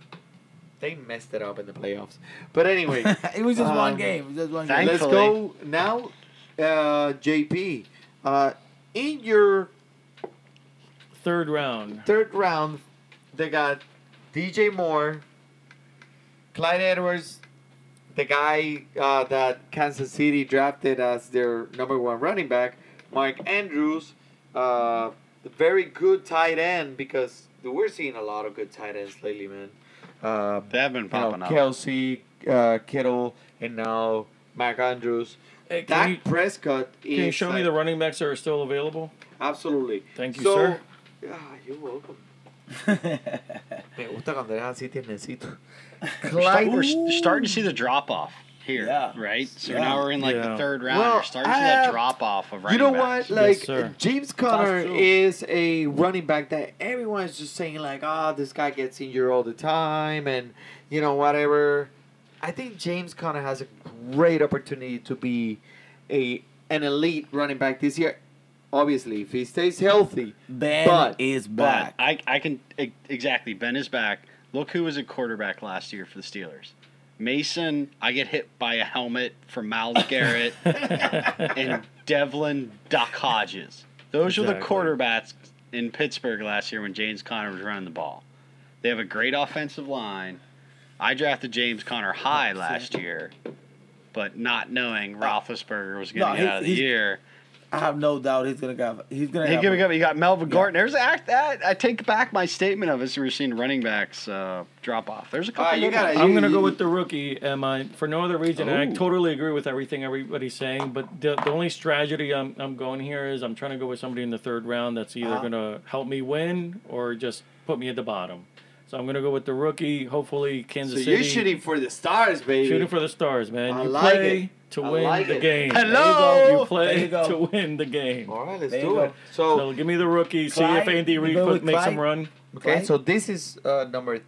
Speaker 5: they messed it up in the playoffs. But anyway,
Speaker 8: it was just one
Speaker 5: um,
Speaker 8: game. It was just one
Speaker 7: thank-
Speaker 8: game.
Speaker 5: let's go now. Uh, JP, uh, in your
Speaker 6: Third round.
Speaker 5: third round, they got DJ Moore, Clyde Edwards, the guy uh, that Kansas City drafted as their number one running back, Mark Andrews, uh, the very good tight end because we're seeing a lot of good tight ends lately, man. Um,
Speaker 7: They have been
Speaker 5: you know,
Speaker 7: popping up.
Speaker 5: Kelsey, uh, Kittle, and now Mark Andrews.
Speaker 6: Hey, can, you,
Speaker 5: Dak Prescott is.
Speaker 6: can you show me
Speaker 5: like-
Speaker 6: the running backs that are still available?
Speaker 5: Absolutely.
Speaker 6: Thank you,
Speaker 5: So-
Speaker 6: sir.
Speaker 5: Yeah, you're welcome. Me gusta cuando eres así tiernecito.
Speaker 7: We're, start- we're s- starting to see the drop off here,
Speaker 8: Yeah.
Speaker 7: right? So
Speaker 8: Yeah.
Speaker 7: now we're in like
Speaker 6: Yeah.
Speaker 7: the third round.
Speaker 5: Well,
Speaker 7: we're starting
Speaker 5: I
Speaker 7: to see that
Speaker 5: have-
Speaker 7: drop off of
Speaker 5: You
Speaker 7: running
Speaker 5: know
Speaker 7: backs.
Speaker 5: what? Like
Speaker 6: sir.
Speaker 5: James Conner
Speaker 8: true.
Speaker 5: is a running back that everyone is just saying like, ah, this guy gets injured all the time, and you know whatever. I think James Conner has a great opportunity to be a an elite running back this year. Obviously, if he stays healthy.
Speaker 8: ben
Speaker 5: but-
Speaker 8: is
Speaker 7: But
Speaker 8: back.
Speaker 7: I, I can e- exactly. Ben is back. Look who was a quarterback last year for the Steelers. Mason, I get hit by a helmet from Miles Garrett and Devlin Doc Hodges. Those were the
Speaker 6: Exactly.
Speaker 7: quarterbacks in Pittsburgh last year when James Conner was running the ball. They have a great offensive line. I drafted James Conner high last year, but not knowing Roethlisberger was going
Speaker 8: Uh, No,
Speaker 7: to get
Speaker 8: he-
Speaker 7: out of the
Speaker 8: he's-
Speaker 7: year.
Speaker 8: I have no doubt he's gonna have. He's gonna.
Speaker 7: Hey,
Speaker 8: have
Speaker 7: give
Speaker 8: a-
Speaker 7: me, give me. You got Melvin Gordon. There's act that I take back my statement of us. We're seeing running backs uh, drop off. There's a couple.
Speaker 5: All right, you
Speaker 7: good
Speaker 5: gotta-
Speaker 7: ones.
Speaker 6: I'm
Speaker 5: you-
Speaker 6: going to go
Speaker 5: you- Oh.
Speaker 6: with the rookie, am I? For no other reason, and I
Speaker 7: Ooh.
Speaker 6: totally agree with everything everybody's saying, but the, the only strategy I'm, I'm going here is I'm trying to go with somebody in the third round that's either
Speaker 5: Uh-huh.
Speaker 6: going to help me win or just put me at the bottom. So I'm going to go with the rookie, hopefully
Speaker 5: So
Speaker 6: Kansas City.
Speaker 5: you're shooting for the stars, baby.
Speaker 6: Shooting for the stars, man.
Speaker 5: I
Speaker 6: you
Speaker 5: like
Speaker 6: play
Speaker 5: it.
Speaker 6: to
Speaker 5: I
Speaker 6: win
Speaker 5: like
Speaker 6: the
Speaker 5: it.
Speaker 6: game.
Speaker 8: Hello?
Speaker 6: You
Speaker 8: There
Speaker 6: play
Speaker 8: you go.
Speaker 6: to win the game.
Speaker 5: All right, let's
Speaker 8: There you
Speaker 5: do
Speaker 8: go.
Speaker 5: it.
Speaker 6: So give me the rookie. See if
Speaker 8: Clyde,
Speaker 6: Andy
Speaker 8: you
Speaker 6: Reid
Speaker 8: go
Speaker 6: put-
Speaker 8: with
Speaker 6: makes
Speaker 8: Clyde?
Speaker 6: him run.
Speaker 5: Okay,
Speaker 8: Right?
Speaker 5: so this is uh, number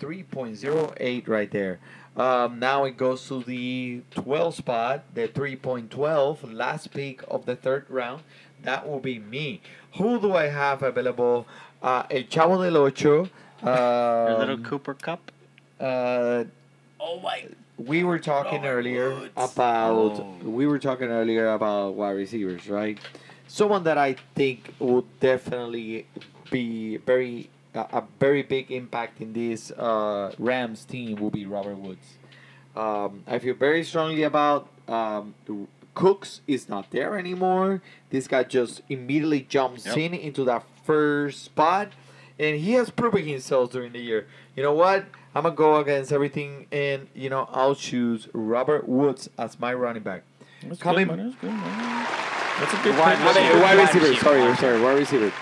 Speaker 5: 3.08 right there. Um, now it goes to the 12 spot, the 3.12, last pick of the third round. That will be me. Who do I have available? Uh, El Chavo del Ocho.
Speaker 7: Your
Speaker 5: Uh,
Speaker 7: little Cooper Cup.
Speaker 5: uh,
Speaker 8: Oh my!
Speaker 5: we were talking earlier about we were talking earlier about wide receivers, right? Someone that I think will definitely be very a a very big impact in this uh, Rams team will be Robert Woods. Um, I feel very strongly about um, Cooks is not there anymore. This guy just immediately jumps
Speaker 7: Yep.
Speaker 5: in into that first spot, and he has proven himself during the year. You know what? I'm gonna go against everything, and you know I'll choose Robert Woods as my running back.
Speaker 6: That's
Speaker 5: Coming-
Speaker 6: good, man. That's good, man. That's a good
Speaker 7: Wide
Speaker 6: pick.
Speaker 5: I mean,
Speaker 7: receiver.
Speaker 5: wide receiver.
Speaker 7: receiver.
Speaker 5: Sorry, sorry, wide receiver.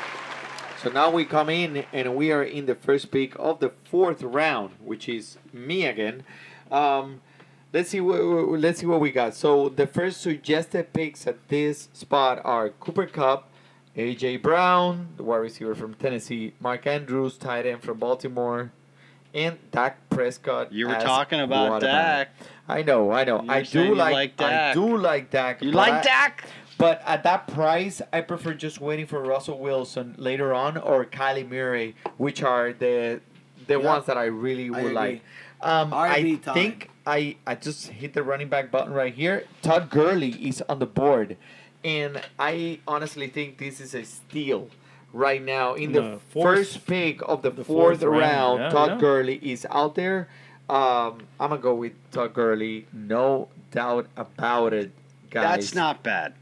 Speaker 5: So now we come in and we are in the first pick of the fourth round, which is me again. Um, let's see what let's see what we got. So the first suggested picks at this spot are Cooper Cup, AJ Brown, the wide receiver from Tennessee, Mark Andrews, tight end from Baltimore, and Dak Prescott.
Speaker 7: You were
Speaker 5: as
Speaker 7: talking about
Speaker 5: quarterback.
Speaker 7: Dak.
Speaker 5: I know, I know.
Speaker 7: You
Speaker 5: I
Speaker 7: were saying
Speaker 5: do
Speaker 7: you
Speaker 5: like,
Speaker 7: like
Speaker 5: I
Speaker 7: Dak.
Speaker 5: do like Dak.
Speaker 7: You
Speaker 5: but I-
Speaker 7: like Dak?
Speaker 5: but at that price, I prefer just waiting for Russell Wilson later on or Kylie Murray, which are the the
Speaker 8: Yeah.
Speaker 5: ones that I really
Speaker 8: I
Speaker 5: would like.
Speaker 8: agree.
Speaker 5: Um, I
Speaker 8: RB time.
Speaker 5: think I, I just hit the running back button right here. Todd Gurley is on the board, and I honestly think this is a steal. right now in the
Speaker 6: No, fourth-
Speaker 5: first pick of the,
Speaker 6: the
Speaker 5: fourth,
Speaker 6: fourth
Speaker 5: round.
Speaker 6: round. Yeah,
Speaker 5: Todd
Speaker 6: yeah.
Speaker 5: Gurley is out there. Um, I'm gonna go with Todd Gurley, no doubt about it, guys.
Speaker 7: That's not bad.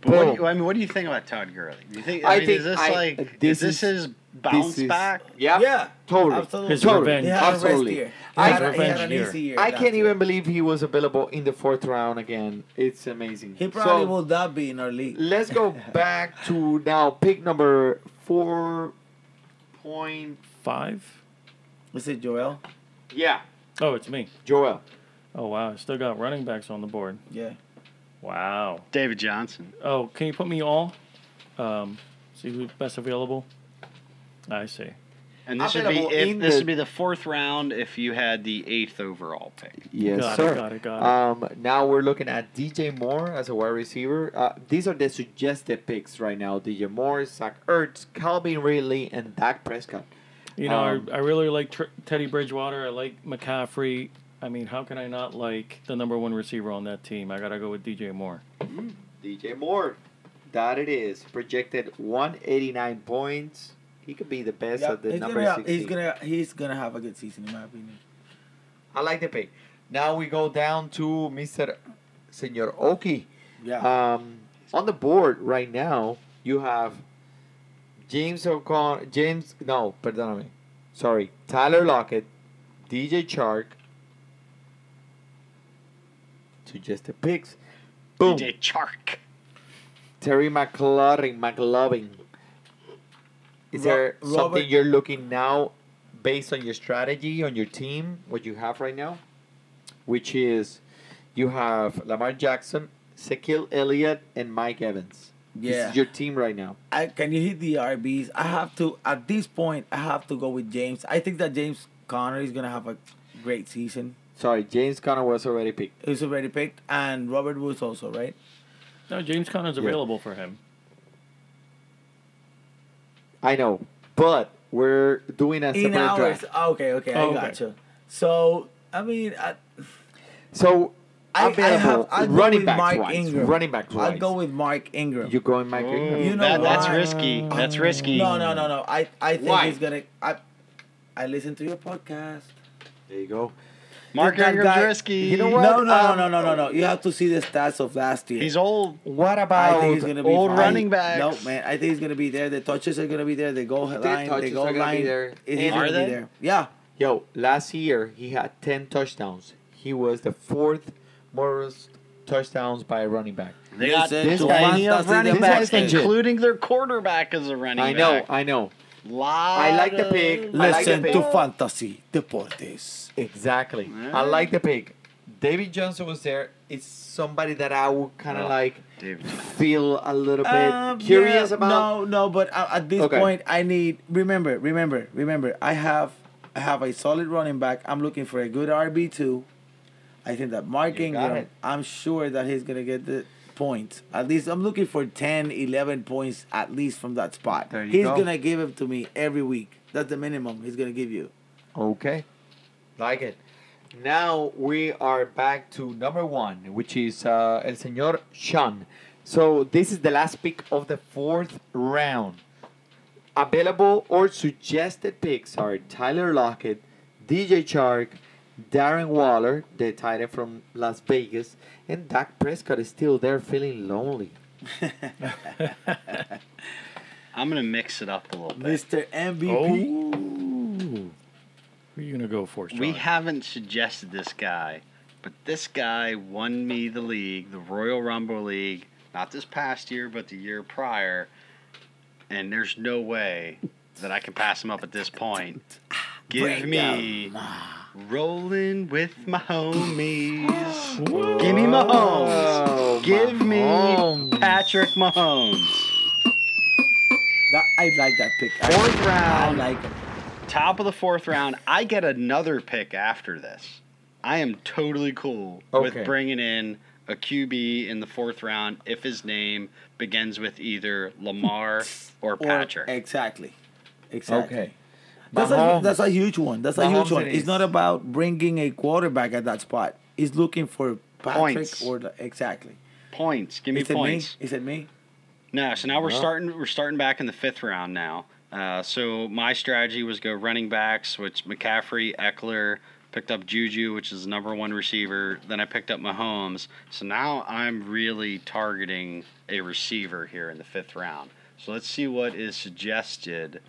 Speaker 7: But what do
Speaker 5: Boom.
Speaker 7: you, I mean, what do you think about Todd Gurley? Do you think?
Speaker 5: I
Speaker 7: I, mean,
Speaker 5: think
Speaker 7: is this
Speaker 5: I-
Speaker 7: like
Speaker 5: this
Speaker 7: is this
Speaker 5: is-
Speaker 7: his bounce
Speaker 5: is-
Speaker 7: back?
Speaker 5: Yeah,
Speaker 8: Yeah,
Speaker 5: totally.
Speaker 8: absolutely.
Speaker 6: His
Speaker 5: Totally.
Speaker 8: He
Speaker 6: revenge.
Speaker 8: had a rest
Speaker 5: Absolutely.
Speaker 8: year. He
Speaker 5: I-
Speaker 8: had, a- he had an
Speaker 6: Revenge year.
Speaker 8: easy year.
Speaker 5: I
Speaker 8: last
Speaker 5: can't
Speaker 8: year.
Speaker 5: even believe he was available in the fourth round again. It's amazing.
Speaker 8: He probably
Speaker 5: So,
Speaker 8: will not be in our league.
Speaker 5: Let's go back to now pick number four point.
Speaker 6: Five?
Speaker 8: Is it Joel?
Speaker 5: Yeah,
Speaker 6: Oh, it's me.
Speaker 5: Joel.
Speaker 6: Oh, wow. I still got running backs on the board.
Speaker 8: Yeah.
Speaker 6: Wow.
Speaker 7: David Johnson.
Speaker 6: Oh, can you put me all? Um, see who's best available? I see.
Speaker 7: And this would be
Speaker 5: Available in
Speaker 7: if, this
Speaker 5: the-
Speaker 7: would be the fourth round if you had the eighth overall pick.
Speaker 5: Yes,
Speaker 6: Got it,
Speaker 5: sir.
Speaker 6: got it, got it.
Speaker 5: Um, now we're looking at DJ Moore as a wide receiver. Uh, these are the suggested picks right now: DJ Moore, Zach Ertz, Calvin Ridley, and Dak Prescott.
Speaker 6: You know,
Speaker 5: um,
Speaker 6: I, I really like Tr- Teddy Bridgewater. I like McCaffrey. I mean, how can I not like the number one receiver on that team? I got to go with DJ Moore.
Speaker 5: DJ Moore, that it is. Projected 189 points. He could be the best
Speaker 8: Yeah,
Speaker 5: of the
Speaker 8: he's,
Speaker 5: number
Speaker 8: gonna, have-
Speaker 5: 16.
Speaker 8: he's gonna he's gonna have a good season in my opinion.
Speaker 5: I like the pick. Now we go down to Mr. Senor Oki.
Speaker 8: Yeah.
Speaker 5: Um, on the board right now, you have James O'Connor. James, no, perdóname. Sorry. Tyler Lockett, DJ Chark. Suggested picks. Boom.
Speaker 7: DJ Chark.
Speaker 5: Terry McLaurin, McLovin. Is
Speaker 8: Ro-
Speaker 5: there something
Speaker 8: Robert-
Speaker 5: you're looking now based on your strategy, on your team, what you have right now? Which is you have Lamar Jackson, Shaquille Elliott, and Mike Evans. This
Speaker 8: yeah.
Speaker 5: is your team right now.
Speaker 8: I can you hit the RBs? I have to at this point. I have to go with James. I think that James Conner is gonna have a great season.
Speaker 5: Sorry, James Conner was already picked.
Speaker 8: He's already picked, and Robert Woods also, right?
Speaker 6: No, James Conner's
Speaker 5: Yeah.
Speaker 6: available for him.
Speaker 5: I know. But we're doing a
Speaker 8: In
Speaker 5: separate
Speaker 8: hours. Ah,
Speaker 5: draft.
Speaker 8: Okay, okay,
Speaker 6: Oh,
Speaker 8: I
Speaker 6: okay.
Speaker 8: gotcha. So I mean, I,
Speaker 5: So
Speaker 8: I- I
Speaker 5: available
Speaker 8: have- I'll go
Speaker 5: running
Speaker 8: with
Speaker 5: back
Speaker 8: Mike
Speaker 5: wise.
Speaker 8: Ingram.
Speaker 5: Running back wise.
Speaker 8: I'll go with Mark Ingram.
Speaker 5: you going Mike Ingram.
Speaker 7: Ooh,
Speaker 8: know
Speaker 7: that- that's
Speaker 8: why?
Speaker 7: risky. That's risky.
Speaker 8: no, no, no, no. I I think
Speaker 5: Why?
Speaker 8: he's gonna. I I listened to your podcast.
Speaker 5: There you go.
Speaker 7: Mark
Speaker 8: That
Speaker 7: Ingram's
Speaker 8: guy-
Speaker 7: risky.
Speaker 5: You know what?
Speaker 8: No, no,
Speaker 5: Um,
Speaker 8: no, no, no, no. You have to see the stats of last year.
Speaker 7: He's old.
Speaker 5: What about
Speaker 8: I think he's gonna be
Speaker 7: old
Speaker 8: fine.
Speaker 7: running backs.
Speaker 8: No man, I think he's gonna be there. The touches are gonna be there. The goal line, the
Speaker 5: touches
Speaker 8: goal
Speaker 5: are gonna be
Speaker 8: line.
Speaker 5: there.
Speaker 8: Is he
Speaker 5: Are
Speaker 8: gonna
Speaker 7: they?
Speaker 8: be there? Yeah,
Speaker 5: Yo, last year he had 10 touchdowns. He was the fourth most touchdowns by a running back.
Speaker 7: They got
Speaker 8: Listen,
Speaker 5: this
Speaker 7: plenty
Speaker 8: guy-
Speaker 7: of running
Speaker 5: this guy's
Speaker 7: backs,
Speaker 5: legit.
Speaker 7: including their quarterback as a running
Speaker 5: I know,
Speaker 7: back.
Speaker 5: I know.
Speaker 7: Lot
Speaker 5: I like the pick.
Speaker 7: of-
Speaker 5: I like
Speaker 8: listen
Speaker 5: the
Speaker 8: to
Speaker 5: pick.
Speaker 8: fantasy deportes.
Speaker 5: Exactly.
Speaker 7: Yeah.
Speaker 5: I like the pick. David Johnson was there. It's somebody that I would kind of
Speaker 7: Oh.
Speaker 5: like
Speaker 7: David.
Speaker 5: feel a little bit
Speaker 8: Um,
Speaker 5: curious
Speaker 8: yeah,
Speaker 5: about.
Speaker 8: No, no, but uh, at this
Speaker 5: Okay.
Speaker 8: point, I need remember, remember, remember. I have, I have a solid running back. I'm looking for a good RB two. I think that Mark
Speaker 5: You got
Speaker 8: Ingram.
Speaker 5: it.
Speaker 8: I'm sure that he's gonna get the points. At least I'm looking for 10, 11 points at least from that spot.
Speaker 5: There you
Speaker 8: he's
Speaker 5: go.
Speaker 8: gonna give it to me every week. That's the minimum he's gonna give you.
Speaker 5: Okay. Like it. Now we are back to number one, which is uh, El Señor Sean. So this is the last pick of the fourth round. Available or suggested picks are Tyler Lockett, DJ Chark, Darren Waller, the tight end from Las Vegas, and Dak Prescott is still there feeling lonely.
Speaker 7: I'm gonna mix it up a little bit.
Speaker 8: Mr. MVP.
Speaker 6: Oh. Who are you going to go for, Sean?
Speaker 7: We haven't suggested this guy, but this guy won me the league, the Royal Rumble League, not this past year, but the year prior. And there's no way that I can pass him up at this point. Give me rolling with my homies.
Speaker 6: Whoa.
Speaker 7: Give me
Speaker 5: Oh,
Speaker 7: Mahomes. Give me
Speaker 5: Mahomes.
Speaker 7: Patrick Mahomes.
Speaker 8: That, I like that pick. I,
Speaker 7: Fourth
Speaker 8: I
Speaker 7: round.
Speaker 8: like it.
Speaker 7: top of the fourth round, I get another pick after this. I am totally cool
Speaker 5: Okay.
Speaker 7: with bringing in a QB in the fourth round if his name begins with either Lamar or
Speaker 8: Or-
Speaker 7: Patrick.
Speaker 8: exactly. Exactly.
Speaker 5: Okay.
Speaker 8: That's a,
Speaker 5: Mahomes.
Speaker 8: that's a huge one. That's a
Speaker 5: Mahomes
Speaker 8: huge one.
Speaker 5: it is.
Speaker 8: It's not about bringing a quarterback at that spot. It's looking for Patrick
Speaker 7: Points.
Speaker 8: or the, exactly.
Speaker 7: points. Give me
Speaker 8: Is it me?
Speaker 7: points.
Speaker 8: Is it me?
Speaker 7: No, so now we're starting. We're starting back in the fifth round now. Uh, so my strategy was go running backs, which McCaffrey, Eckler, picked up Juju, which is the number one receiver. Then I picked up Mahomes. So now I'm really targeting a receiver here in the fifth round. So let's see what is suggested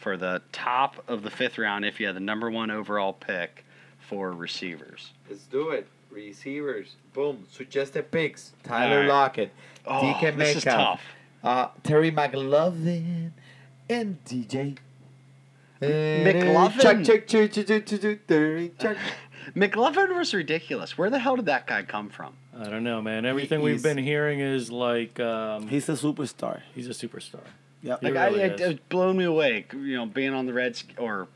Speaker 7: for the top of the fifth round if you had the number one overall pick for receivers.
Speaker 5: Let's do it. Receivers. Boom. Suggested picks. Tyler
Speaker 7: All right.
Speaker 5: Lockett.
Speaker 7: Oh,
Speaker 5: DK
Speaker 7: this is
Speaker 5: Metcalf.
Speaker 7: tough.
Speaker 5: Uh, Terry McLovin. And DJ.
Speaker 7: McLovin?
Speaker 5: Chuck, chuck, chuck, chuck, chuck, chuck, chuck, Terry, chuck.
Speaker 7: McLovin was ridiculous. Where the hell did that guy come from?
Speaker 6: I don't know, man. Everything we've
Speaker 5: he's-
Speaker 6: been hearing is like um,
Speaker 8: He's a superstar.
Speaker 6: he's a superstar.
Speaker 8: Yep.
Speaker 6: He
Speaker 7: Like I,
Speaker 6: really
Speaker 7: it,
Speaker 6: is.
Speaker 7: it blown me away. You know, being on the Reds or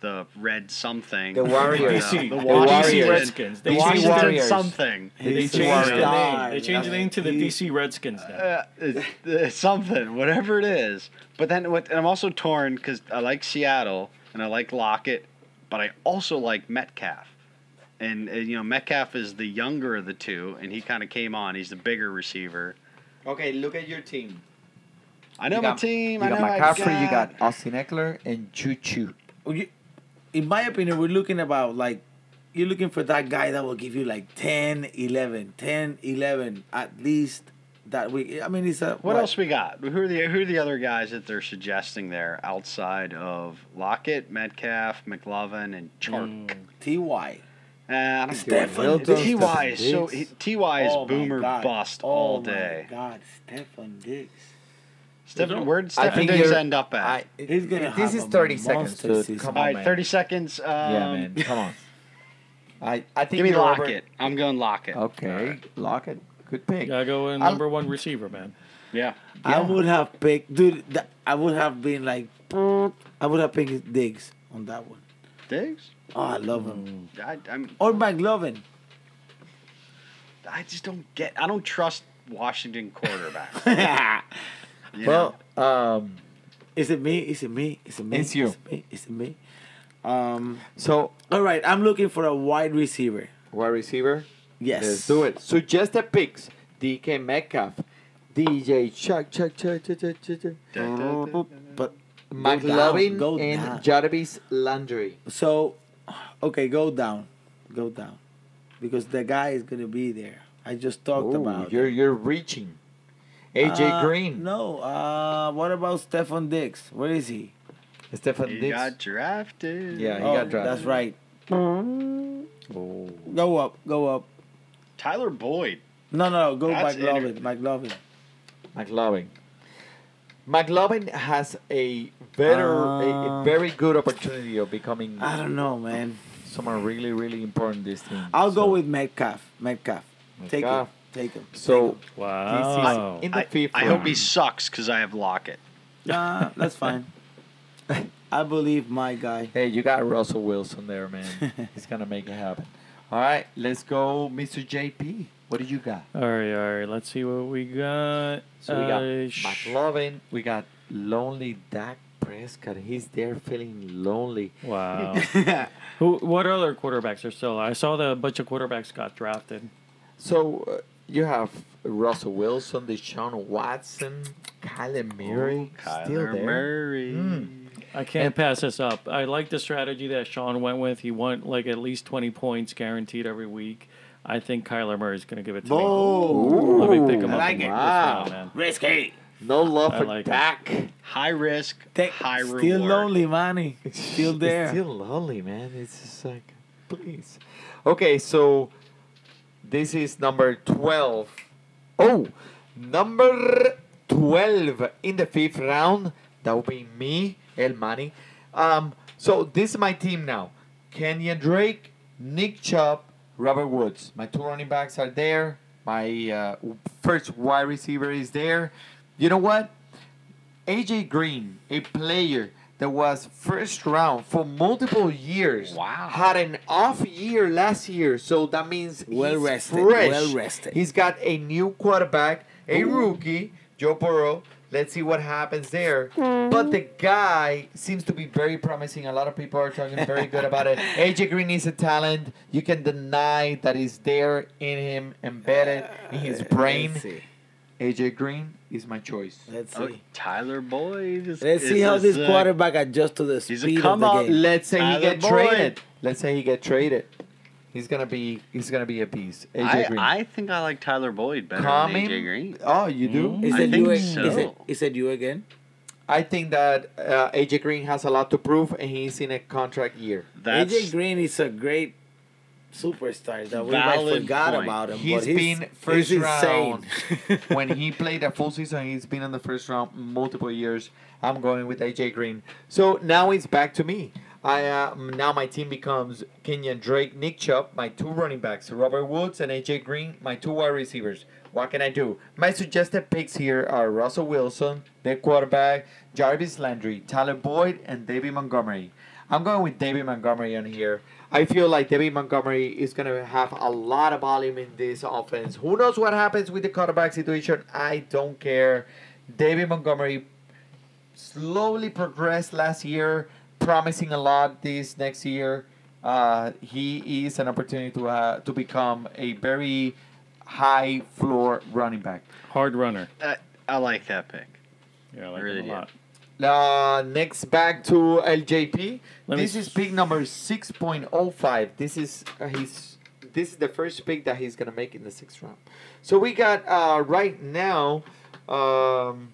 Speaker 7: the Red something.
Speaker 5: The Warriors.
Speaker 6: DC.
Speaker 7: The
Speaker 6: The
Speaker 7: Washington
Speaker 5: Warriors.
Speaker 6: Redskins. They
Speaker 7: The
Speaker 5: DC
Speaker 6: changed,
Speaker 7: Washington
Speaker 5: Warriors.
Speaker 7: something.
Speaker 6: they
Speaker 8: He's a
Speaker 6: changed the
Speaker 8: superstar.
Speaker 6: name. They changed the name to the DC Redskins now.
Speaker 7: Uh, uh, uh, something, whatever it is. But then, what, and I'm also torn because I like Seattle and I like Lockett, but I also like Metcalf. And, and you know, Metcalf is the younger of the two, and he kind of came on. He's the bigger receiver.
Speaker 5: Okay, look at your team.
Speaker 7: I know
Speaker 5: You
Speaker 7: my
Speaker 5: got-
Speaker 7: team.
Speaker 5: You
Speaker 7: I
Speaker 5: got
Speaker 7: know my
Speaker 5: McCaffrey, you
Speaker 7: guy.
Speaker 5: got Austin Eckler, and Choo Choo.
Speaker 8: You- In my opinion, we're looking about like you're looking for that guy that will give you like 10, 11, 10, 11 at least that week. I mean, it's a
Speaker 7: What else we got? Who are the who are the other guys that they're suggesting there outside of Lockett, Metcalf, McLovin, and Chark?
Speaker 8: Hmm. Ty.
Speaker 7: Uh, I don't know.
Speaker 8: Stefan
Speaker 5: Hilton,
Speaker 8: Diggs.
Speaker 7: Ty is so
Speaker 5: Diggs.
Speaker 7: Ty is
Speaker 8: Oh my
Speaker 7: boomer
Speaker 8: God.
Speaker 7: bust
Speaker 8: Oh
Speaker 7: all
Speaker 8: my
Speaker 7: day.
Speaker 8: God, Stefan Diggs.
Speaker 7: Stephen, where'd
Speaker 5: I
Speaker 7: Stephen
Speaker 5: think
Speaker 7: Diggs
Speaker 5: you're-
Speaker 7: end up at?
Speaker 5: I-
Speaker 8: He's gonna
Speaker 5: this is
Speaker 8: have a
Speaker 5: 30 seconds,
Speaker 8: monster
Speaker 5: dude.
Speaker 8: season.
Speaker 5: Come
Speaker 7: all
Speaker 5: on,
Speaker 7: right,
Speaker 5: man.
Speaker 7: thirty seconds. Um,
Speaker 5: yeah, man. Come on. I, I think
Speaker 7: Give me
Speaker 5: you're over-
Speaker 7: Lockett. I'm going Lockett.
Speaker 5: Oh. Okay, Lockett. Good pick.
Speaker 6: Gotta go with
Speaker 5: I'm-
Speaker 6: number one receiver, man.
Speaker 7: Yeah.
Speaker 8: I would have picked, dude. That, I would have been like, I would have picked Diggs on that one.
Speaker 7: Diggs.
Speaker 8: Oh, I love
Speaker 5: Mm.
Speaker 8: him.
Speaker 7: I, I'm.
Speaker 8: Or McLovin.
Speaker 7: I just don't get. I don't trust Washington quarterbacks. you know?
Speaker 5: Well, um,
Speaker 8: Is it me? Is it me? Is it me?
Speaker 5: It's you.
Speaker 8: Is it me? Is it me? Um,
Speaker 5: so
Speaker 8: all right, I'm looking for a wide receiver.
Speaker 5: wide receiver.
Speaker 8: Yes.
Speaker 5: Let's do it. Suggested picks: DK Metcalf, DJ Chuck Chuck Chuck Chuck Chuck Chuck, Chuck,
Speaker 7: Da, da, da, da.
Speaker 8: But
Speaker 5: McLovin
Speaker 8: go
Speaker 5: and
Speaker 8: down.
Speaker 5: Jarvis Landry.
Speaker 8: so, okay, go down, go down, because the guy is gonna be there. I just talked
Speaker 5: Ooh,
Speaker 8: about.
Speaker 5: you're
Speaker 8: it.
Speaker 5: you're reaching. AJ
Speaker 8: Uh,
Speaker 5: Green,
Speaker 8: No. Uh, what about Stefan Diggs? Where is he?
Speaker 5: Stefan
Speaker 7: He
Speaker 5: Diggs.
Speaker 7: got drafted.
Speaker 5: Yeah, he
Speaker 8: oh,
Speaker 5: got drafted.
Speaker 8: that's right.
Speaker 5: Oh.
Speaker 8: Go up, go up.
Speaker 7: Tyler Boyd.
Speaker 8: No, no, go
Speaker 7: That's
Speaker 8: McLovin, McLovin.
Speaker 5: McLovin. McLovin has a better, a, a
Speaker 8: Uh,
Speaker 5: very good opportunity of becoming
Speaker 8: I don't know, man.
Speaker 5: someone really, really important this team.
Speaker 8: I'll go
Speaker 5: So-
Speaker 8: with Metcalf. Metcalf. Take him.
Speaker 5: Metcalf.
Speaker 8: Take him.
Speaker 5: So
Speaker 6: Wow.
Speaker 5: this is in the
Speaker 7: Oh. I,
Speaker 5: fifth.
Speaker 7: I
Speaker 5: round.
Speaker 7: hope he sucks because I have Lockett.
Speaker 8: Nah, that's fine. I believe my guy.
Speaker 5: Hey, you got Russell Wilson there, man. He's gonna make it happen. All right, let's go, Mr. JP. What do you got?
Speaker 6: All right, all right. Let's see what we got.
Speaker 5: So we got
Speaker 6: Uh, sh-
Speaker 5: McLovin. We got lonely Dak Prescott. He's there feeling lonely.
Speaker 6: Wow. Who? What other quarterbacks are still? I saw that a bunch of quarterbacks got drafted.
Speaker 5: So uh, you have Russell Wilson, Deshaun Watson, Kyler Murray,
Speaker 6: Oh,
Speaker 5: still
Speaker 7: Kyler
Speaker 5: there. Hmm.
Speaker 7: Murray.
Speaker 6: I can't
Speaker 5: And-
Speaker 6: pass this up. I like the strategy that Sean went with. He won like at least twenty points guaranteed every week. I think Kyler Murray is going to give it to me. Let me pick him
Speaker 5: I
Speaker 6: up.
Speaker 5: like
Speaker 6: in
Speaker 5: it.
Speaker 6: the first round,
Speaker 5: Wow.
Speaker 6: man.
Speaker 8: Risky.
Speaker 5: No love
Speaker 6: I
Speaker 5: for
Speaker 6: like it.
Speaker 5: Dak.
Speaker 7: High risk,
Speaker 8: Take,
Speaker 7: high
Speaker 8: still
Speaker 7: reward.
Speaker 8: lonely, money. Still
Speaker 5: It's
Speaker 8: there.
Speaker 5: still lonely, man. It's just like, please. Okay, so this is number 12. Oh, number 12 in the fifth round. That would be me, El Mani. Um, so this is my team now. Kenya Drake, Nick Chubb, Robert Woods. My two running backs are there. My uh, first wide receiver is there. You know what? AJ Green, a player that was first round for multiple years,
Speaker 7: Wow.
Speaker 5: had an off year last year, so that means
Speaker 8: Well
Speaker 5: he's
Speaker 8: rested,
Speaker 5: fresh.
Speaker 8: well rested.
Speaker 5: He's got a new quarterback, a rookie, Joe Burrow. Let's see what happens there.
Speaker 8: Hmm.
Speaker 5: But the guy seems to be very promising. A lot of people are talking very good about it. AJ Green is a talent. You
Speaker 7: Uh,
Speaker 5: can deny that is there in him, embedded in his brain.
Speaker 8: Let's see.
Speaker 5: AJ Green is my choice.
Speaker 8: Let's see.
Speaker 7: Oh, Tyler Boyd. Is,
Speaker 8: Let's see
Speaker 7: is-
Speaker 8: how
Speaker 7: is uh,
Speaker 8: this
Speaker 7: a-
Speaker 8: quarterback adjusts to the
Speaker 7: he's a
Speaker 8: speed of
Speaker 7: come
Speaker 8: the
Speaker 7: up.
Speaker 8: game.
Speaker 5: Let's say he
Speaker 7: Tyler
Speaker 5: get
Speaker 7: Boyd.
Speaker 5: traded. Let's say he get traded. He's gonna be he's gonna be a beast. AJ
Speaker 7: I,
Speaker 5: Green.
Speaker 7: I think I like Tyler Boyd better
Speaker 5: Coming-
Speaker 7: than AJ Green.
Speaker 5: Oh, you do?
Speaker 6: Mm.
Speaker 8: Is
Speaker 7: Mm-hmm. I
Speaker 8: it
Speaker 7: think
Speaker 8: you? a-
Speaker 7: so.
Speaker 8: Is it? Is it you again?
Speaker 5: I think that uh, AJ Green has a lot to prove, and he's in a contract year.
Speaker 7: That's
Speaker 8: AJ Green is a great superstar that we like,
Speaker 7: Valid
Speaker 8: forgot
Speaker 7: point.
Speaker 8: about him.
Speaker 5: He's
Speaker 8: but he's,
Speaker 5: been first
Speaker 8: he's
Speaker 5: round.
Speaker 8: insane.
Speaker 5: when he played a full season, he's been in the first round multiple years. I'm going with AJ Green. So now it's back to me. I uh, now my team becomes Kenyon Drake, Nick Chubb, my two running backs, Robert Woods and AJ Green, my two wide receivers. What can I do? My suggested picks here are Russell Wilson, the quarterback, Jarvis Landry, Tyler Boyd, and David Montgomery. I'm going with David Montgomery on here. I feel like David Montgomery is going to have a lot of volume in this offense. Who knows what happens with the quarterback situation? I don't care. David Montgomery slowly progressed last year, promising a lot this next year. Uh, he is an opportunity to uh, to become a very high floor running back.
Speaker 6: Hard runner.
Speaker 7: I, I like that pick.
Speaker 6: Yeah, I like
Speaker 7: Really
Speaker 6: him a
Speaker 7: did.
Speaker 6: lot.
Speaker 5: Uh, next back to LJP.
Speaker 6: Let me
Speaker 5: this is
Speaker 6: s-
Speaker 5: pick number six point oh five. This is uh, his. This is the first pick that he's gonna make in the sixth round. So we got uh, right now um,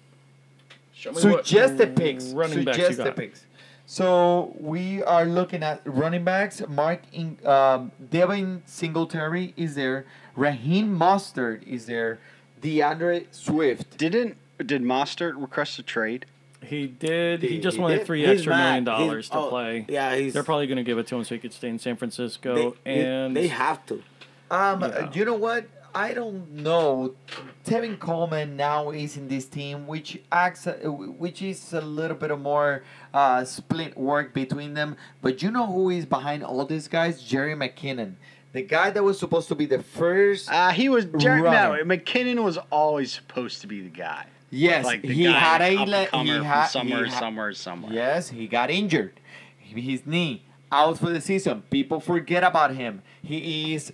Speaker 6: Show me what
Speaker 5: suggested picks.
Speaker 6: Running backs you
Speaker 5: Suggested
Speaker 6: got.
Speaker 5: picks. So we are looking at running backs. Mark in, um, Devin Singletary is there. Raheem Mostert is there. DeAndre Swift.
Speaker 7: Didn't did Mostert request a trade?
Speaker 6: He did. He
Speaker 5: He
Speaker 6: just
Speaker 5: did.
Speaker 6: wanted three
Speaker 8: He's
Speaker 6: extra million
Speaker 8: mad. He's-
Speaker 6: dollars to
Speaker 8: oh,
Speaker 6: play.
Speaker 8: Yeah, he's.
Speaker 6: They're probably going to give it to him so he could stay in San Francisco.
Speaker 8: they,
Speaker 6: and
Speaker 8: they have to.
Speaker 5: Um,
Speaker 6: Yeah.
Speaker 5: you know what? I don't know. Tevin Coleman now is in this team, which acts, uh, which is a little bit of more uh, split work between them. But you know who is behind all these guys? Jerry McKinnon, the guy that was supposed to be the first.
Speaker 7: Uh, he was Jared, no.
Speaker 5: Right.
Speaker 7: McKinnon was always supposed to be the guy.
Speaker 5: yes,
Speaker 7: Like the
Speaker 5: he
Speaker 7: guy
Speaker 5: had a
Speaker 7: up and
Speaker 5: le-
Speaker 7: comer
Speaker 5: he
Speaker 7: from
Speaker 5: had
Speaker 7: somewhere,
Speaker 5: he ha-
Speaker 7: somewhere, somewhere.
Speaker 5: Yes, he got injured. His knee out for the season. People forget about him. He is.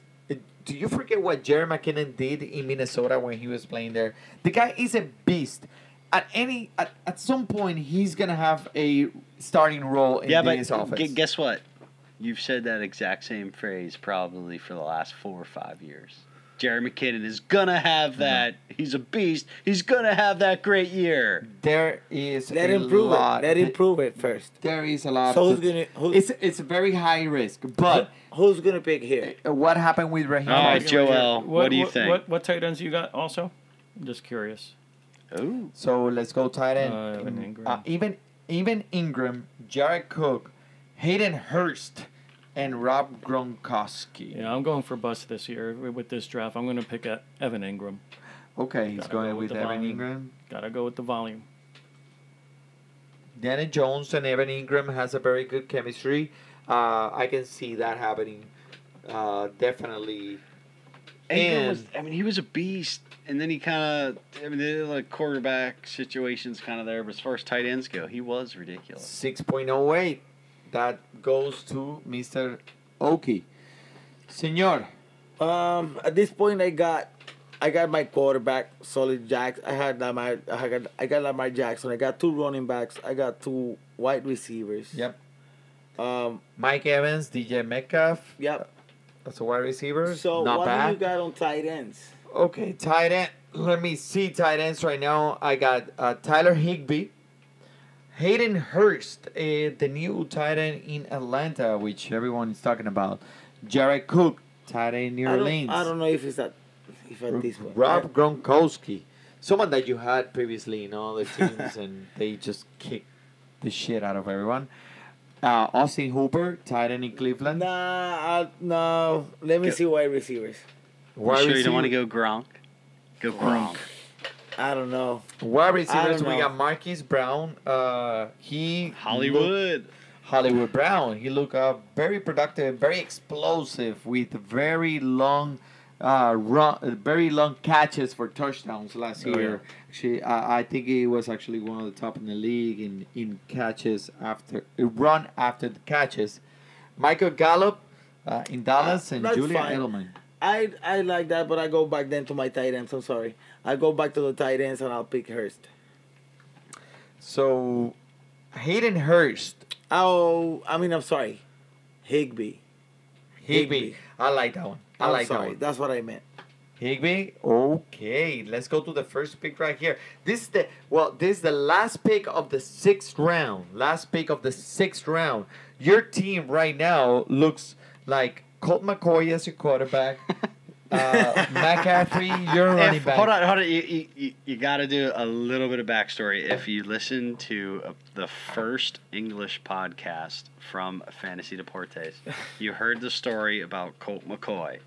Speaker 5: Do you forget what Jerry McKinnon did in Minnesota when he was playing there? The guy is a beast. At any at, at some point, he's gonna have a starting role in
Speaker 7: yeah,
Speaker 5: this
Speaker 7: but
Speaker 5: offense.
Speaker 7: gu- guess what? You've said that exact same phrase probably for the last four or five years. Jerry McKinnon is gonna have that. He's a beast. He's gonna have that great year.
Speaker 5: there is
Speaker 8: Let
Speaker 5: a
Speaker 8: him prove it.
Speaker 5: lot-
Speaker 8: Let him prove it first.
Speaker 5: There is a lot.
Speaker 8: So
Speaker 5: to-
Speaker 8: who's gonna who,
Speaker 5: It's it's a very high risk, but
Speaker 8: who's gonna pick here?
Speaker 5: what happened with Raheem?
Speaker 7: All right,
Speaker 5: Mostert?
Speaker 7: Oh, Joel, what, do you
Speaker 6: what,
Speaker 7: think?
Speaker 6: What, what tight ends you got also? I'm just curious.
Speaker 7: Ooh,
Speaker 5: So let's go tight end.
Speaker 6: Uh, Evan
Speaker 5: Mm,
Speaker 6: Ingram.
Speaker 5: uh, even even Ingram, Jared Cook, Hayden Hurst, and Rob Gronkowski.
Speaker 6: Yeah, I'm going for bust this year with this draft. I'm going to pick up Evan Ingram.
Speaker 5: Okay, he's
Speaker 6: Gotta
Speaker 5: going
Speaker 6: go
Speaker 5: with,
Speaker 6: with the
Speaker 5: Evan
Speaker 6: volume.
Speaker 5: Ingram.
Speaker 6: Got to go with the volume.
Speaker 5: Danny Jones and Evan Ingram has a very good chemistry. Uh, I can see that happening. Uh, definitely.
Speaker 7: Ingram
Speaker 5: And-
Speaker 7: was, I mean, he was a beast, and then he kind of, I mean, the like quarterback situation's kind of there, but as far as tight ends go, he was ridiculous.
Speaker 5: 6.08. That goes to Mr. Oki. Senor.
Speaker 8: Um, at this point, I got, I got my quarterback, solid Jacks. I had Lamar, I got, I got Lamar Jackson. I got two running backs. I got two wide receivers.
Speaker 5: Yep.
Speaker 8: Um.
Speaker 5: Mike Evans, DJ Metcalf.
Speaker 8: Yep.
Speaker 5: That's a wide receiver.
Speaker 8: So
Speaker 5: Not
Speaker 8: what
Speaker 5: bad.
Speaker 8: do you got on tight ends?
Speaker 5: Okay, tight end. Let me see tight ends right now. I got uh, Tyler Higby, Hayden Hurst, uh, the new tight end in Atlanta, which everyone is talking about. Jared Cook, tight end
Speaker 8: I
Speaker 5: near
Speaker 8: don't,
Speaker 5: Orleans.
Speaker 8: I don't know if it's that, if at this one.
Speaker 5: Rob Gronkowski, someone that you had previously in all the teams, and they just kicked the shit out of everyone. Uh, Austin Hooper, tight end in Cleveland.
Speaker 8: Nah, I, no. Let me
Speaker 7: Go-
Speaker 8: see wide receivers.
Speaker 7: You
Speaker 5: Wide
Speaker 7: sure you don't want to
Speaker 5: receiver-
Speaker 7: go Gronk? Go Gronk.
Speaker 8: I don't know.
Speaker 5: Wide receivers,
Speaker 8: don't
Speaker 5: we
Speaker 8: know.
Speaker 5: got Marquise Brown. Uh, he looked-
Speaker 7: Hollywood.
Speaker 5: Hollywood Brown. He looked uh, very productive, very explosive, with very long, uh, run, uh, very long catches for touchdowns last
Speaker 6: Oh,
Speaker 5: year. Actually, I, I think he was actually one of the top in the league in in catches after uh, run after the catches. Michael Gallup uh, in Dallas and
Speaker 8: that's
Speaker 5: Julian
Speaker 8: fine.
Speaker 5: Edelman.
Speaker 8: I I like that, but I go back then to my tight ends. I'm sorry. I go back to the tight ends and I'll pick Hurst.
Speaker 5: So, Hayden Hurst.
Speaker 8: Oh, I mean, I'm sorry. Higby.
Speaker 5: Higby. I like that one. I
Speaker 8: I'm
Speaker 5: like
Speaker 8: sorry.
Speaker 5: that one.
Speaker 8: That's what I meant.
Speaker 5: Higby. Okay, let's go to the first pick right here. This is the well. This is the last pick of the sixth round. Last pick of the sixth round. Your team right now looks like Colt McCoy as your quarterback. uh, McCaffrey, you're running
Speaker 7: If,
Speaker 5: back.
Speaker 7: hold on, hold on. You, you- you, you got to do a little bit of backstory. If you listen to uh, the first English podcast from Fantasy Deportes, you heard the story about Colt McCoy.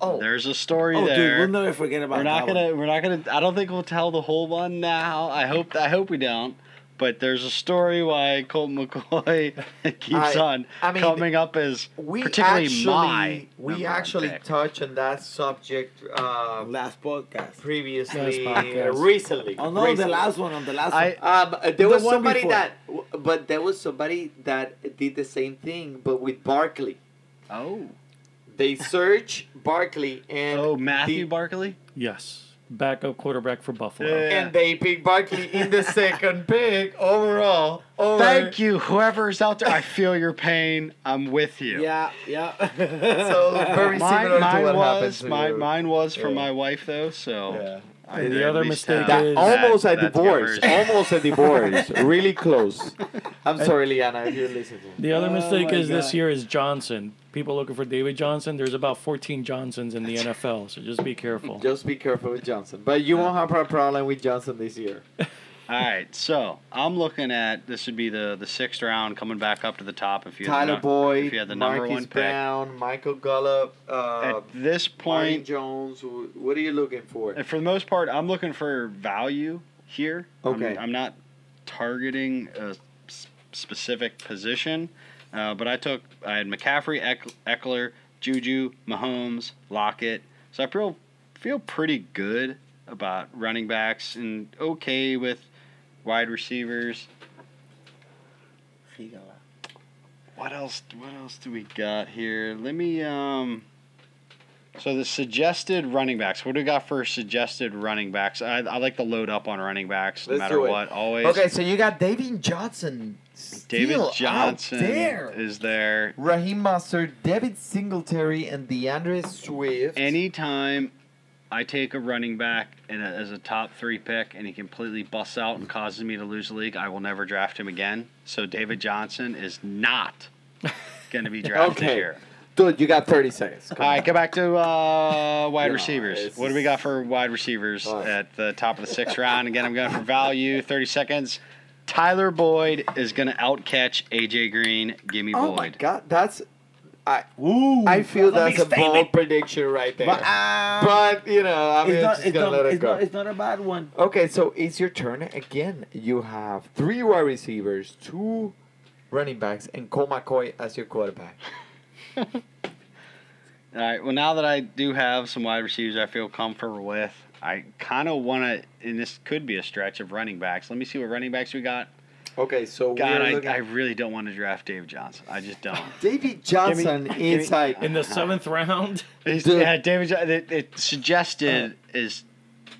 Speaker 5: Oh,
Speaker 7: There's a story
Speaker 8: Oh, dude,
Speaker 7: there.
Speaker 8: we'll never forget about
Speaker 7: we're not
Speaker 8: that
Speaker 7: gonna. We're not gonna. I don't think we'll tell the whole one now. I hope. I hope we don't. But there's a story why Colt McCoy keeps
Speaker 5: I-
Speaker 7: on
Speaker 5: I mean,
Speaker 7: coming up as
Speaker 5: we
Speaker 7: particularly
Speaker 5: actually
Speaker 7: my number
Speaker 5: we
Speaker 7: one
Speaker 5: actually
Speaker 7: pick.
Speaker 5: touched on that subject uh,
Speaker 8: one. Last podcast.
Speaker 5: previously
Speaker 6: Last podcast.
Speaker 5: recently.
Speaker 8: Oh no, the
Speaker 5: recently.
Speaker 8: last one. On the last
Speaker 7: I-
Speaker 8: one.
Speaker 5: Um, uh, there
Speaker 8: The
Speaker 5: was
Speaker 8: one
Speaker 5: somebody
Speaker 8: before.
Speaker 5: that, w- but there was somebody that did the same thing, but with Barkley.
Speaker 7: oh
Speaker 5: They search Barkley and
Speaker 7: oh Matthew
Speaker 5: the-
Speaker 7: Barkley.
Speaker 6: Yes. Backup quarterback for Buffalo.
Speaker 7: Yeah.
Speaker 5: and they pick Barkley in the second pick overall. Over.
Speaker 7: Thank you, whoever's out there. I feel your pain. I'm with you.
Speaker 8: yeah, yeah.
Speaker 5: So very
Speaker 7: Mine,
Speaker 5: similar to
Speaker 7: mine
Speaker 5: what happened
Speaker 7: was
Speaker 5: to
Speaker 7: mine,
Speaker 5: you.
Speaker 7: mine was for
Speaker 5: Yeah.
Speaker 7: my wife though, so
Speaker 5: Yeah.
Speaker 7: I
Speaker 6: And the
Speaker 7: at
Speaker 6: other
Speaker 7: least
Speaker 6: mistake
Speaker 7: have
Speaker 6: is-
Speaker 7: that-
Speaker 5: almost a
Speaker 7: that
Speaker 5: divorce.
Speaker 7: covers-
Speaker 5: Almost a divorce. really close. I'm sorry, Liana, if you're listening.
Speaker 6: The other
Speaker 8: Oh
Speaker 6: mistake
Speaker 8: my
Speaker 6: is this
Speaker 8: God.
Speaker 6: year is Johnson. People looking for David Johnson. There's about 14 Johnsons in the NFL, so just be careful.
Speaker 5: Just be careful with Johnson. But you won't have a problem with Johnson this year.
Speaker 7: All right, so I'm looking at this would be the the sixth round coming back up to the top if you had the
Speaker 5: Tyler
Speaker 7: nu-
Speaker 5: Boyd,
Speaker 7: if you had the number
Speaker 5: Marcus
Speaker 7: one pick.
Speaker 5: Brown, Michael Gallup, uh,
Speaker 7: At this
Speaker 5: Martin
Speaker 7: point,
Speaker 5: Jones. wh- What are you looking for?
Speaker 7: and for the most part, I'm looking for value here. I'm-
Speaker 5: Okay.
Speaker 7: I'm, not targeting a s- specific position, uh, but I took I had McCaffrey, Eck- Eckler, Juju, Mahomes, Lockett. So I feel feel pretty good about running backs and okay with wide receivers. What else? What else do we got here? Let me. Um, so the suggested running backs. What do we got for suggested running backs? I, I like to load up on running backs no
Speaker 5: Let's
Speaker 7: matter
Speaker 5: do it.
Speaker 7: what. Always.
Speaker 5: Okay, so you got David Johnson.
Speaker 7: David
Speaker 5: still out
Speaker 7: Johnson
Speaker 5: there.
Speaker 7: is there.
Speaker 5: Raheem Mostert, David Singletary, and DeAndre Swift.
Speaker 7: Anytime I take a running back and a, as a top three pick, and he completely busts out and causes me to lose the league, I will never draft him again. So David Johnson is not going to be drafted
Speaker 5: Okay.
Speaker 7: here.
Speaker 5: Dude, you got 30 seconds.
Speaker 7: All right, go back to uh, wide
Speaker 5: Yeah,
Speaker 7: receivers.
Speaker 5: it's-
Speaker 7: What do we got for wide receivers
Speaker 5: All right.
Speaker 7: at the top of the sixth round? Again, I'm going for value. Thirty seconds. Tyler Boyd is going to outcatch AJ Green. Give me
Speaker 5: Oh my
Speaker 7: Boyd.
Speaker 5: god, that's. I,
Speaker 8: Ooh,
Speaker 5: I feel
Speaker 8: that's a
Speaker 5: that's a
Speaker 8: big statement.
Speaker 5: bold prediction right there.
Speaker 8: But,
Speaker 5: But,
Speaker 8: uh,
Speaker 5: you know, I mean,
Speaker 8: it's
Speaker 5: I'm
Speaker 8: not,
Speaker 5: just
Speaker 8: it's,
Speaker 5: gonna
Speaker 8: not,
Speaker 5: let it
Speaker 8: it's,
Speaker 5: go.
Speaker 8: not, it's not a bad one.
Speaker 5: Okay, so it's your turn again. You have three wide receivers, two running backs, and Cole McCoy as your quarterback.
Speaker 7: All right. Well, now that I do have some wide receivers, I feel comfortable with. I kind of want to, and this could be a stretch of running backs. Let me see what running backs we got.
Speaker 5: Okay, so
Speaker 7: God,
Speaker 5: we're
Speaker 7: I,
Speaker 5: looking
Speaker 7: I really don't want to draft David Johnson. I just don't.
Speaker 5: David Johnson inside.
Speaker 6: In the seventh round,
Speaker 7: It's-
Speaker 5: Dude. Uh.
Speaker 7: yeah, David. Jo- It, it suggested is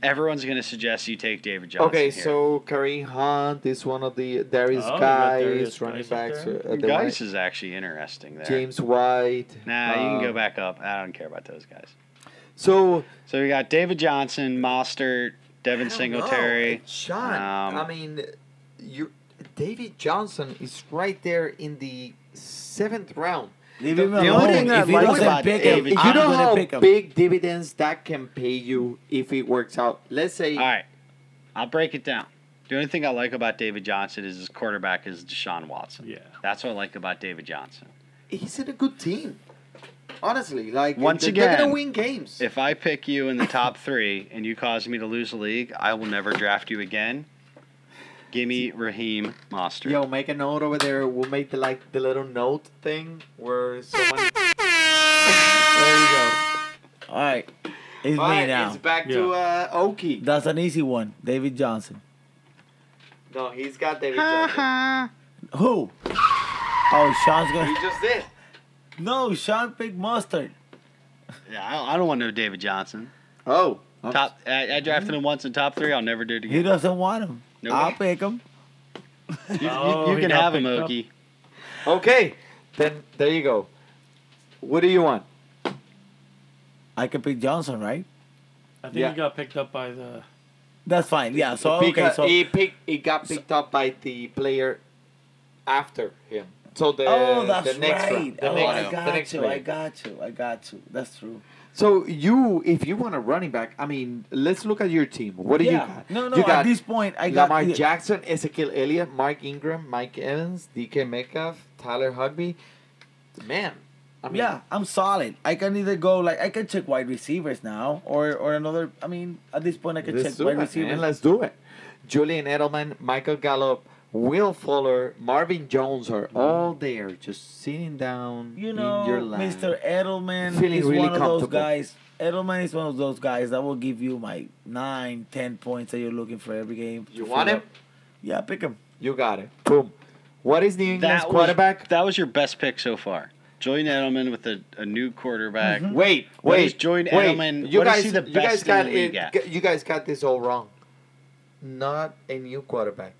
Speaker 7: everyone's going to suggest you take David Johnson.
Speaker 5: okay,
Speaker 7: here.
Speaker 5: so Kareem Hunt is one of the there is
Speaker 6: Oh, you got
Speaker 5: guys
Speaker 6: Darius
Speaker 5: running
Speaker 6: Guys up
Speaker 5: backs.
Speaker 6: there?
Speaker 5: uh, at the
Speaker 7: Geis
Speaker 5: right.
Speaker 7: is actually interesting there.
Speaker 5: James White.
Speaker 7: Nah, you can
Speaker 5: um,
Speaker 7: go back up. I don't care about those guys.
Speaker 5: So
Speaker 7: So we got David Johnson, Mostert, Devin Singletary.
Speaker 5: Sean,
Speaker 7: Um,
Speaker 5: I mean, you David Johnson is right there in the seventh round.
Speaker 8: Leave
Speaker 5: The-
Speaker 8: him
Speaker 5: the
Speaker 8: alone.
Speaker 5: only thing that I
Speaker 8: if he
Speaker 5: like
Speaker 8: doesn't
Speaker 7: about
Speaker 8: pick him,
Speaker 7: David-
Speaker 5: you
Speaker 8: I'm
Speaker 5: know
Speaker 8: gonna
Speaker 5: how
Speaker 8: pick him.
Speaker 5: big dividends that can pay you if it works out. Let's say
Speaker 7: All right, I'll break it down. The only thing I like about David Johnson is his quarterback is Deshaun Watson.
Speaker 6: Yeah.
Speaker 7: That's what I like about David Johnson.
Speaker 5: he's in a good team. Honestly, like
Speaker 7: Once
Speaker 5: they're- they're
Speaker 7: again,
Speaker 5: gonna win games.
Speaker 7: If I pick you in the top three and you cause me to lose the league, I will never draft you again. Give me Raheem Mostert.
Speaker 5: Yo, make a note over there. We'll make the like the little note thing where someone.
Speaker 8: There you go. All right, it's
Speaker 5: All
Speaker 8: me
Speaker 5: right,
Speaker 8: now.
Speaker 5: it's back to uh, Oki.
Speaker 8: That's an easy one. David Johnson.
Speaker 5: No, he's got David Johnson.
Speaker 7: Ah.
Speaker 8: Who? Oh, Sean's
Speaker 5: he
Speaker 8: gonna.
Speaker 5: just did.
Speaker 8: No, Sean picked mustard.
Speaker 7: Yeah, I don't, I don't want no David Johnson.
Speaker 5: Oh.
Speaker 7: Top. I, I drafted him once in top three. I'll never do it
Speaker 8: He
Speaker 7: again.
Speaker 8: doesn't want him.
Speaker 7: No
Speaker 8: I'll
Speaker 7: way.
Speaker 8: pick him.
Speaker 7: You, you-
Speaker 6: Oh,
Speaker 7: you
Speaker 6: he
Speaker 7: can
Speaker 6: got
Speaker 7: have him,
Speaker 6: picked up.
Speaker 7: Okie.
Speaker 5: Okay. Then there you go. What do you want?
Speaker 8: I can pick Johnson, right?
Speaker 6: I think
Speaker 5: Yeah.
Speaker 6: he got picked up by the.
Speaker 8: That's fine. Yeah. So
Speaker 5: Pick
Speaker 8: okay.
Speaker 5: up-
Speaker 8: So
Speaker 5: he pick, he got picked up by the player after him. So the
Speaker 8: oh, that's
Speaker 5: the next
Speaker 8: right.
Speaker 5: round, the
Speaker 8: oh,
Speaker 5: next
Speaker 8: I
Speaker 5: round,
Speaker 8: got
Speaker 5: the next
Speaker 8: you. I
Speaker 5: player.
Speaker 8: got you. I got you. That's true.
Speaker 5: So you, if you want a running back, I mean, let's look at your team. What do you
Speaker 8: yeah.
Speaker 5: got?
Speaker 8: No, no.
Speaker 5: You
Speaker 8: at
Speaker 5: got
Speaker 8: this point, I got
Speaker 5: Lamar
Speaker 8: yeah.
Speaker 5: Jackson, Ezekiel Elliott, Mark Ingram, Mike Evans, DK Metcalf, Tyler Hugby. Man, I mean,
Speaker 8: yeah, I'm solid. I can either go like I can check wide receivers now, or or another. I mean, at this point, I can
Speaker 5: let's
Speaker 8: check
Speaker 5: do it,
Speaker 8: wide
Speaker 5: man.
Speaker 8: receivers.
Speaker 5: Let's do it. Julian Edelman, Michael Gallup, Will Fuller, Marvin Jones are all there, just sitting down
Speaker 8: Mm. you know,
Speaker 5: in your lap.
Speaker 8: Mr. Edelman
Speaker 5: Feeling
Speaker 8: is
Speaker 5: really
Speaker 8: one of those
Speaker 5: comfortable.
Speaker 8: guys. Edelman is one of those guys that will give you my nine, ten points that you're looking for every game.
Speaker 5: You
Speaker 8: to
Speaker 5: want
Speaker 8: fill
Speaker 5: him?
Speaker 8: up. Yeah, pick him.
Speaker 5: You got it. Boom. What is the England's
Speaker 7: was-
Speaker 5: quarterback?
Speaker 7: that was your best pick so far. Julian Edelman with a, a new quarterback.
Speaker 5: Wait, wait,
Speaker 7: What is Julian
Speaker 5: wait.
Speaker 7: Edelman-
Speaker 5: You
Speaker 7: what
Speaker 5: guys,
Speaker 7: is he the
Speaker 5: you
Speaker 7: best
Speaker 5: guys
Speaker 7: in
Speaker 5: got
Speaker 7: the league
Speaker 5: it,
Speaker 7: at?
Speaker 5: g- You guys got this all wrong. Not a new quarterback,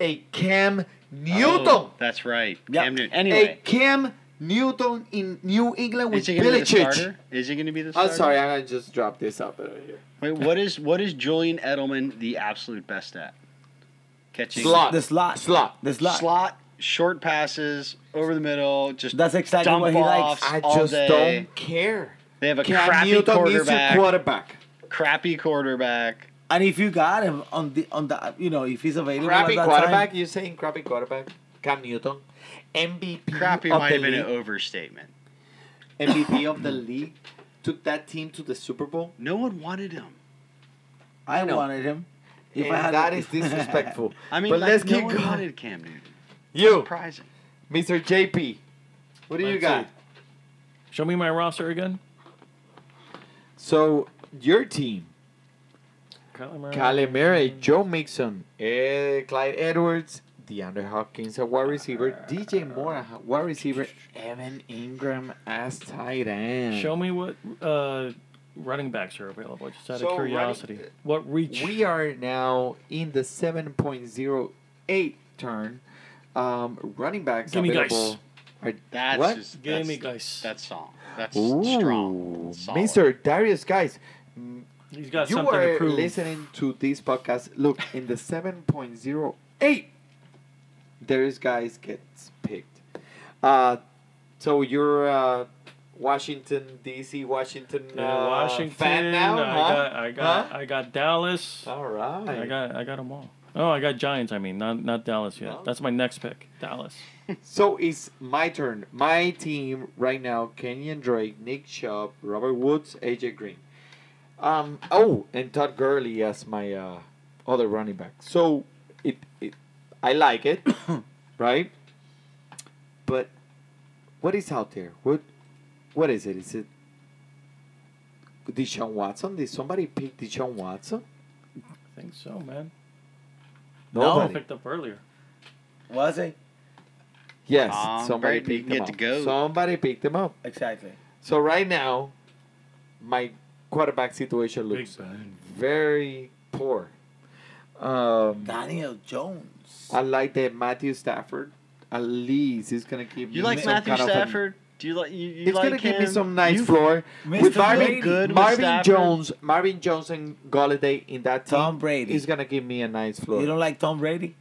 Speaker 5: a Cam Newton,
Speaker 7: Oh, that's right.
Speaker 8: Yeah.
Speaker 7: Cam Newton.
Speaker 5: a
Speaker 7: Anyway,
Speaker 5: Cam Newton in New England with
Speaker 7: is he going to be the
Speaker 5: Belichick.
Speaker 7: starter? Is he going to be the starter?
Speaker 5: I'm sorry, I'm gonna just drop this up over here.
Speaker 7: Wait, what is what is Julian Edelman the absolute best at? Catching
Speaker 5: Slot,
Speaker 8: The slot.
Speaker 5: slot.
Speaker 8: The slot.
Speaker 7: slot, short passes, over the middle, just
Speaker 8: That's exactly
Speaker 7: dump
Speaker 8: what he likes.
Speaker 7: offs
Speaker 5: I
Speaker 7: all
Speaker 5: just
Speaker 7: day.
Speaker 5: don't care.
Speaker 7: They have a
Speaker 5: Cam
Speaker 7: crappy
Speaker 5: Newton
Speaker 7: quarterback.
Speaker 5: needs a quarterback.
Speaker 7: crappy quarterback.
Speaker 8: And if you got him on the on the you know if he's available,
Speaker 5: Crappy
Speaker 8: at that
Speaker 5: quarterback.
Speaker 8: Time,
Speaker 5: You're saying crappy quarterback? Cam Newton, MVP.
Speaker 7: Crappy
Speaker 5: of
Speaker 7: might
Speaker 5: the
Speaker 7: have been
Speaker 5: league.
Speaker 7: an overstatement.
Speaker 5: MVP of the league, took that team to the Super Bowl.
Speaker 7: No one wanted him.
Speaker 8: I
Speaker 5: know.
Speaker 8: wanted him. If
Speaker 5: and
Speaker 8: I had
Speaker 5: that is disrespectful.
Speaker 7: I mean,
Speaker 5: but
Speaker 7: like,
Speaker 5: let's
Speaker 7: no
Speaker 5: keep
Speaker 7: one
Speaker 5: going.
Speaker 7: wanted Cam Newton.
Speaker 5: You,
Speaker 7: Surprising.
Speaker 5: Mr. JP, what do you
Speaker 6: Let's
Speaker 5: got?
Speaker 6: see. Show me my roster again.
Speaker 5: So your team:
Speaker 6: Kyler Murray.
Speaker 5: Kyler Murray, Joe Mixon, eh, Clyde Edwards, DeAndre Hopkins, a wide receiver, DJ Moore, a wide receiver, Evan Ingram as tight end.
Speaker 6: Show me what uh, running backs are available, just out
Speaker 5: So,
Speaker 6: of
Speaker 5: running-
Speaker 6: curiosity. what reach?
Speaker 5: We are now in the 7.08 turn. Um, running backs
Speaker 6: Gimme guys.
Speaker 5: available. Are,
Speaker 7: That's
Speaker 5: what?
Speaker 7: just
Speaker 6: Give
Speaker 7: that's,
Speaker 6: me guys.
Speaker 7: That song. That's
Speaker 5: Ooh,
Speaker 7: strong. Solid.
Speaker 5: Mr. Darius, guys, m-
Speaker 6: He's got
Speaker 5: you
Speaker 6: something to
Speaker 5: are
Speaker 6: prove.
Speaker 5: listening to this podcast. Look, in the 7.08, Darius, guys, gets picked. Uh, so you're uh, Washington, D.C., Washington,
Speaker 6: Yeah,
Speaker 5: uh,
Speaker 6: Washington.
Speaker 5: fan now?
Speaker 6: I
Speaker 5: huh?
Speaker 6: got, I got,
Speaker 5: Huh?
Speaker 6: I got Dallas.
Speaker 5: All right.
Speaker 6: I got, I got them all. Oh, I got Giants. I mean, not not Dallas yet.
Speaker 5: No.
Speaker 6: That's my next pick, Dallas.
Speaker 5: So it's my turn. My team right now: Kenyon Drake, Nick Chubb, Robert Woods, AJ Green. Um. Oh, and Todd Gurley as my uh, other running back. So it, it I like it, right? But what is out there? What what is it? Is it Deshaun Watson? Did somebody pick Deshaun Watson?
Speaker 6: I think so, man. I
Speaker 5: Nobody.
Speaker 6: picked up earlier.
Speaker 8: was he
Speaker 5: Yes,
Speaker 7: Tom
Speaker 5: somebody
Speaker 7: Brady
Speaker 5: picked him
Speaker 7: get
Speaker 5: up.
Speaker 7: to go.
Speaker 5: Somebody picked him up.
Speaker 8: exactly?
Speaker 5: So right now, my quarterback situation
Speaker 6: Big
Speaker 5: looks
Speaker 6: Ben.
Speaker 5: very poor. Um,
Speaker 8: Daniel Jones.
Speaker 5: I like that Matthew Stafford. At least he's gonna give me
Speaker 7: You like
Speaker 5: some
Speaker 7: Matthew
Speaker 5: kind Of a,
Speaker 7: Stafford? Do you like you, you
Speaker 5: he's
Speaker 7: like
Speaker 5: gonna give me
Speaker 7: him?
Speaker 5: some nice
Speaker 7: You-
Speaker 5: floor with
Speaker 8: Mr.
Speaker 5: Marvin,
Speaker 8: Brady.
Speaker 7: Good with
Speaker 5: Marvin
Speaker 7: Stafford.
Speaker 5: Jones, Marvin Jones and Galladay in that team.
Speaker 8: Tom Brady.
Speaker 5: He's gonna give me a nice floor.
Speaker 8: You don't like Tom Brady?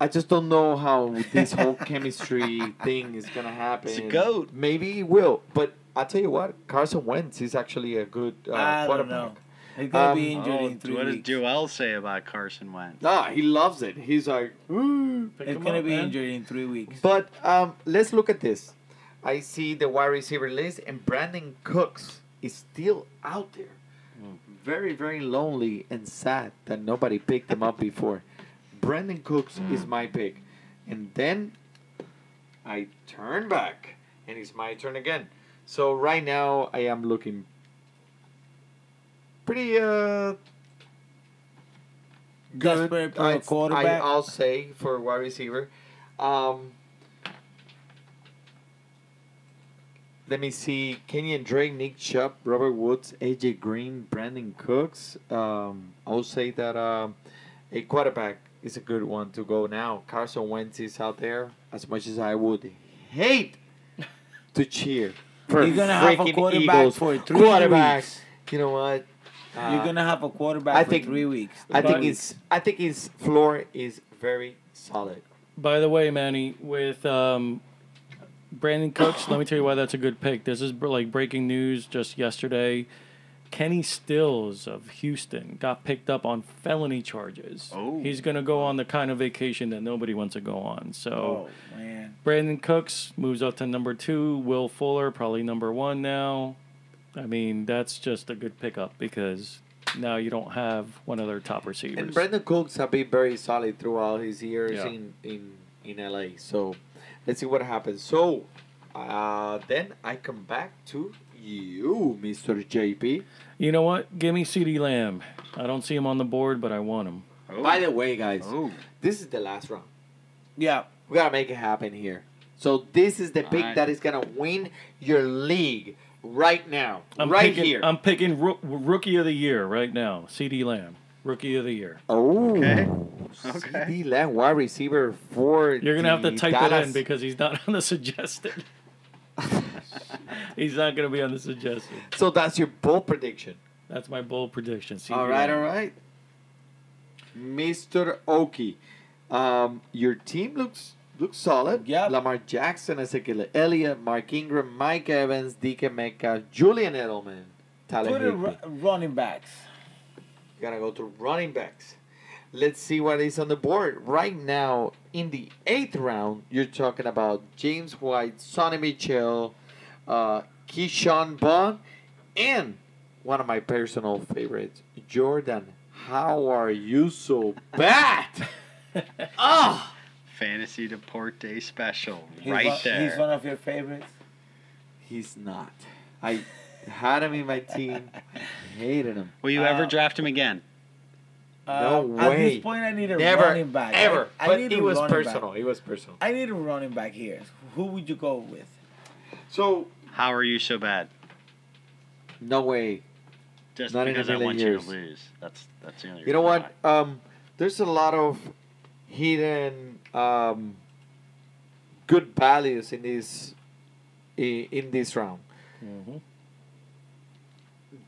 Speaker 5: I just don't know how this whole chemistry thing is gonna happen.
Speaker 7: It's a goat.
Speaker 5: Maybe it will, but I tell you what, Carson Wentz is actually a good uh,
Speaker 8: I don't
Speaker 5: quarterback.
Speaker 8: know. He's gonna
Speaker 5: Um,
Speaker 8: be injured
Speaker 7: Oh,
Speaker 8: in three
Speaker 7: what does
Speaker 8: weeks.
Speaker 7: Joel say about Carson Wentz?
Speaker 5: Nah, he loves it. He's like, "Ooh."
Speaker 6: Pick
Speaker 8: He's
Speaker 6: him
Speaker 8: gonna
Speaker 6: up,
Speaker 8: be
Speaker 6: man.
Speaker 8: injured in three weeks.
Speaker 5: but um, let's look at this. I see the wide receiver list, and Brandon Cooks is still out there. Very, very lonely and sad that nobody picked him up before. Brandon Cooks is my pick. And then I turn back, and it's my turn again. So right now, I am looking pretty uh, good.
Speaker 8: Desperate for
Speaker 5: I'd-
Speaker 8: a quarterback.
Speaker 5: I, I'll say for wide receiver. Um, Let me see. Kenyon Drake, Nick Chubb, Robert Woods, AJ Green, Brandon Cooks. Um, I would say that um, a quarterback is a good one to go now. Carson Wentz is out there. As much as I would hate to cheer for
Speaker 8: You're gonna have a
Speaker 5: freaking
Speaker 8: quarterback
Speaker 5: Eagles.
Speaker 8: for three
Speaker 5: quarterbacks.
Speaker 8: weeks.
Speaker 5: You know what? Uh,
Speaker 8: You're gonna have a quarterback
Speaker 5: I
Speaker 8: for
Speaker 5: think-
Speaker 8: three weeks.
Speaker 5: I think
Speaker 6: But-
Speaker 5: it's. I think his floor is very solid.
Speaker 6: By the way, Manny, with um, Brandon Cooks, let me tell you why that's a good pick. This is like breaking news just yesterday. Kenny Stills of Houston got picked up on felony charges.
Speaker 7: Oh.
Speaker 6: He's going to go on the kind of vacation that nobody wants to go on. So
Speaker 8: Oh man,
Speaker 6: Brandon Cooks moves up to number two. Will Fuller, probably number one now. I mean, that's just a good pickup because now you don't have one of their top receivers.
Speaker 5: And Brandon Cooks have been very solid throughout his years
Speaker 6: Yeah.
Speaker 5: in, in in LA. So let's see what happens. So uh, then I come back to you, Mr. JP.
Speaker 6: You know what? Give me CeeDee Lamb. I don't see him on the board, but I want him.
Speaker 7: Oh.
Speaker 5: By the way, guys,
Speaker 7: Oh.
Speaker 5: this is the last round.
Speaker 8: yeah.
Speaker 5: We gotta make it happen here. So this is the pick
Speaker 7: Alright.
Speaker 5: that is gonna win your league right now,
Speaker 6: I'm
Speaker 5: right
Speaker 6: picking,
Speaker 5: here.
Speaker 6: I'm picking roo- rookie of the year right now. CD Lamb, rookie of the year.
Speaker 5: oh,
Speaker 7: Okay.
Speaker 5: CD Lamb, wide receiver for
Speaker 6: You're gonna have to
Speaker 5: the
Speaker 6: type it
Speaker 5: Dallas-
Speaker 6: in because he's not on the suggested. he's not gonna be on the suggested.
Speaker 5: so that's your bold prediction.
Speaker 6: That's my bold prediction. CeeDee
Speaker 5: All right,
Speaker 6: Lamb.
Speaker 5: all right. Mr. Oki, um, your team looks looks solid.
Speaker 8: Yep.
Speaker 5: Lamar Jackson, Ezekiel Elliott, Mark Ingram, Mike Evans, DK Metcalf, Julian Edelman, Tyler
Speaker 8: Put
Speaker 5: Higbee.
Speaker 8: the ru- running backs.
Speaker 5: Gotta go to running backs. Let's see what is on the board right now. In the eighth round, you're talking about James White, Sonny Michel, uh, Keyshawn Bond, and one of my personal favorites, Jordan. How are you so bad? Ah,
Speaker 7: Fantasy Deporte special
Speaker 8: He's
Speaker 7: right
Speaker 8: one,
Speaker 7: there.
Speaker 8: He's one of your favorites.
Speaker 5: he's not. I had him in my team, hated him.
Speaker 7: Will you ever draft him again?
Speaker 5: No
Speaker 8: Uh, At
Speaker 5: way.
Speaker 8: this point, I need a
Speaker 5: Never,
Speaker 8: running back.
Speaker 5: ever.
Speaker 8: I, I
Speaker 5: but
Speaker 8: need
Speaker 5: it
Speaker 8: a
Speaker 5: was
Speaker 8: running
Speaker 5: personal.
Speaker 8: Back.
Speaker 5: It was personal.
Speaker 8: I need a running back here. Who would you go with?
Speaker 5: So
Speaker 7: How are you so bad?
Speaker 5: no way.
Speaker 7: Just
Speaker 5: Not in a
Speaker 7: because I
Speaker 5: million
Speaker 7: want
Speaker 5: years.
Speaker 7: you to lose. That's that's the only.
Speaker 5: You know
Speaker 7: reason
Speaker 5: what? Um, there's a lot of hidden um, good values in this i- in this round.
Speaker 6: Mhm.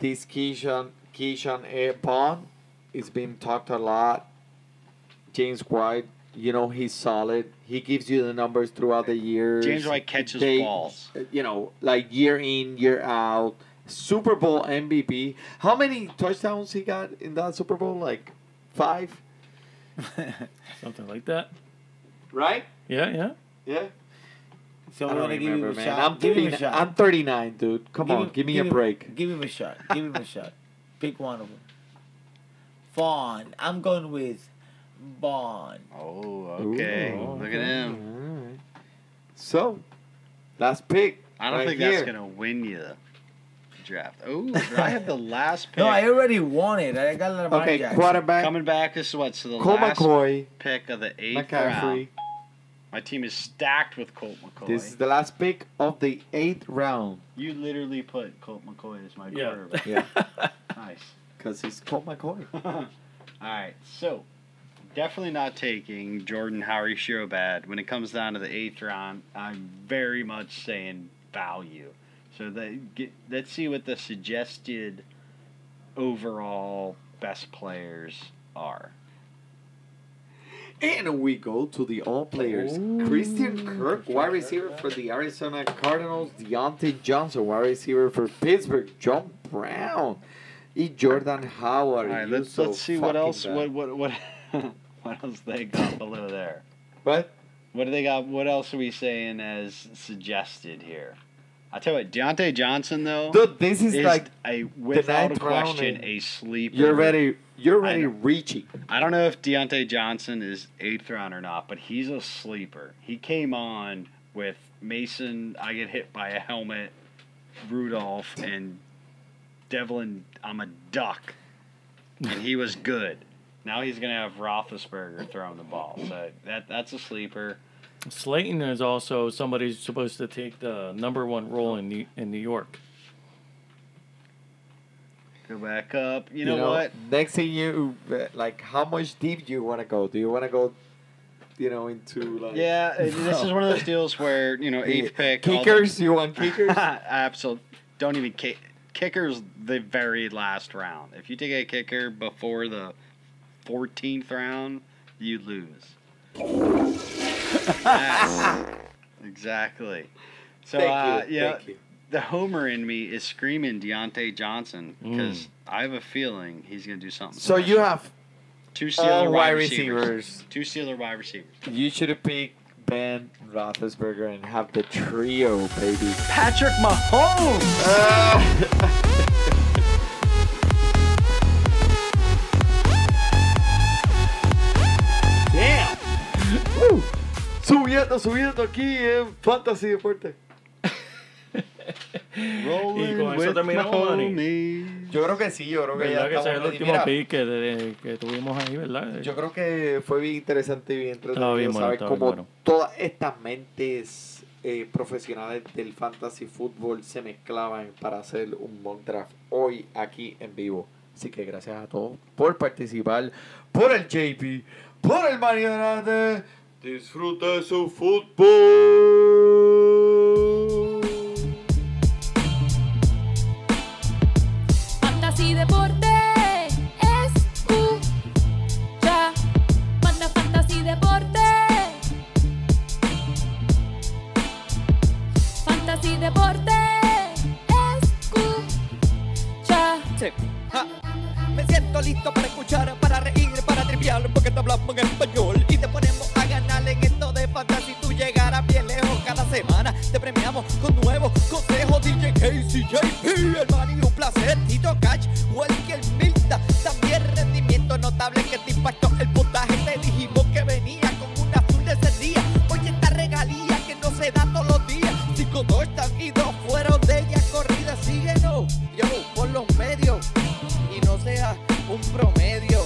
Speaker 5: This Keyshawn Keyshawn eh, Bond is being talked a lot. James White, you know he's solid. He gives you the numbers throughout the year.
Speaker 7: James White catches balls.
Speaker 5: You know, like year in year out. Super Bowl MVP. How many touchdowns he got in that Super Bowl? Like five.
Speaker 6: Something like that.
Speaker 5: Right?
Speaker 6: Yeah, yeah.
Speaker 5: Yeah.
Speaker 8: So
Speaker 5: I
Speaker 8: we're
Speaker 5: don't
Speaker 8: gonna give him
Speaker 5: remember,
Speaker 8: a
Speaker 5: man.
Speaker 8: shot.
Speaker 5: I'm,
Speaker 8: give him
Speaker 5: 39,
Speaker 8: a shot.
Speaker 5: I'm 39, dude. Come on,
Speaker 8: him-
Speaker 5: give me a
Speaker 8: him-
Speaker 5: break.
Speaker 8: Give him a shot. Give him a shot. Pick one of them. Vaughn. I'm going with Vaughn.
Speaker 7: Oh, okay.
Speaker 5: Ooh,
Speaker 7: Look at him.
Speaker 5: Alright. So, last pick.
Speaker 7: I don't
Speaker 5: right
Speaker 7: think
Speaker 5: here.
Speaker 7: that's gonna win you the draft. Oh, I have the last pick.
Speaker 8: No, I already won it. I got Lamar
Speaker 5: Okay,
Speaker 8: Jackson.
Speaker 5: quarterback.
Speaker 7: Coming back, this is what? So the
Speaker 5: Cole
Speaker 7: last
Speaker 5: McCoy,
Speaker 7: pick of the eighth round.
Speaker 5: McCaffrey.
Speaker 7: My team is stacked with Colt McCoy.
Speaker 5: This is the last pick of the eighth round.
Speaker 7: You literally put Colt McCoy as my
Speaker 6: Yeah.
Speaker 7: quarterback.
Speaker 5: Yeah,
Speaker 7: nice.
Speaker 5: because it's Colt McCoy.
Speaker 7: All right, so definitely not taking Jordan Howard Shirobad. When it comes down to the eighth round, I'm very much saying value. So that get, let's see what the suggested overall best players are.
Speaker 5: And we go to the all players. Christian Kirk, wide receiver for the Arizona Cardinals. Deontay Johnson, wide receiver for Pittsburgh. John Brown. E. Jordan Howard.
Speaker 7: All right,
Speaker 5: You
Speaker 7: let's
Speaker 5: so
Speaker 7: let's see what
Speaker 5: fucking
Speaker 7: else
Speaker 5: bad.
Speaker 7: what what what what else they got below there.
Speaker 5: What?
Speaker 7: What do they got? What else are we saying as suggested here? I tell you what, Deontay Johnson though
Speaker 5: Dude, this is,
Speaker 7: is
Speaker 5: like
Speaker 7: a without a
Speaker 5: ninth round
Speaker 7: question
Speaker 5: and-
Speaker 7: a sleeper.
Speaker 5: you're ready. You're
Speaker 7: I
Speaker 5: ready
Speaker 7: know.
Speaker 5: reaching.
Speaker 7: I don't know if Deontay Johnson is eighth round or not, but he's a sleeper. He came on with Mason. I get hit by a helmet. Rudolph and Devlin. I'm a duck, and he was good. Now he's gonna have Roethlisberger throwing the ball. So that that's a sleeper.
Speaker 6: Slayton is also somebody who's supposed to take the number one role in New, in New York.
Speaker 7: Go back up. You know, what?
Speaker 5: Next thing you uh, like, how much deep do you want to go? Do you want to go, you know, into like
Speaker 7: Yeah, it- this is one of those deals where you know eighth pick all the-
Speaker 5: kickers? You want kickers?
Speaker 7: Absolutely. Don't even kick. Kickers, the very last round. If you take a kicker before the 14th round, you lose. Yes. exactly. So, uh,
Speaker 5: thank you.
Speaker 7: you know,
Speaker 5: thank you.
Speaker 7: the homer in me is screaming Deontay Johnson because I have a feeling he's going to do something.
Speaker 5: Mm. So you
Speaker 7: special.
Speaker 5: have
Speaker 7: two
Speaker 5: all
Speaker 7: Steeler
Speaker 5: wide
Speaker 7: wide receivers.
Speaker 5: receivers.
Speaker 7: Two Steeler wide receivers.
Speaker 5: You should have picked Ben Roethlisberger and have the trio, baby.
Speaker 7: Patrick Mahomes.
Speaker 5: Damn. Woo. Subiendo, subiendo aquí en Fantasy Deporte.
Speaker 6: Y con eso terminamos, Dani.
Speaker 5: Yo creo que sí, yo creo que ya
Speaker 6: ¿Verdad que ese es el
Speaker 5: estamos ready.
Speaker 6: último
Speaker 5: Mira,
Speaker 6: pick que, de- que tuvimos ahí, verdad?
Speaker 5: Yo creo que fue bien interesante y bien entretenido
Speaker 6: Estaba bien bueno,
Speaker 5: saber
Speaker 6: estaba
Speaker 5: cómo
Speaker 6: bien bueno.
Speaker 5: todas estas mentes eh, profesionales del fantasy fútbol se mezclaban para hacer un mock draft hoy aquí en vivo. Así que gracias a todos por participar, por el JP, por el Mario Grande. Disfruta su fútbol.
Speaker 3: Fantasy Deporte escucha. Manda Fantasy Deporte. Fantasy Deporte escucha.
Speaker 4: Sí. Ja. Me siento listo para escuchar, para reír, para triviar, porque te hablamos en español y te ponemos a ganar en esto de fantasy. Tú llegarás bien lejos cada semana. Te premiamos con nuevos consejos. DJ Casey, JP, el Manny, un placer. Tito Cash, Welker Milta. También rendimiento notable que te impactó el puntaje. Te dijimos que venía con una azul de ese día. Oye, esta regalía que no se da todos los días. Cinco dos están y dos fueron de ella corrida. Síguenos, yo, por los medios. Y no sea un promedio.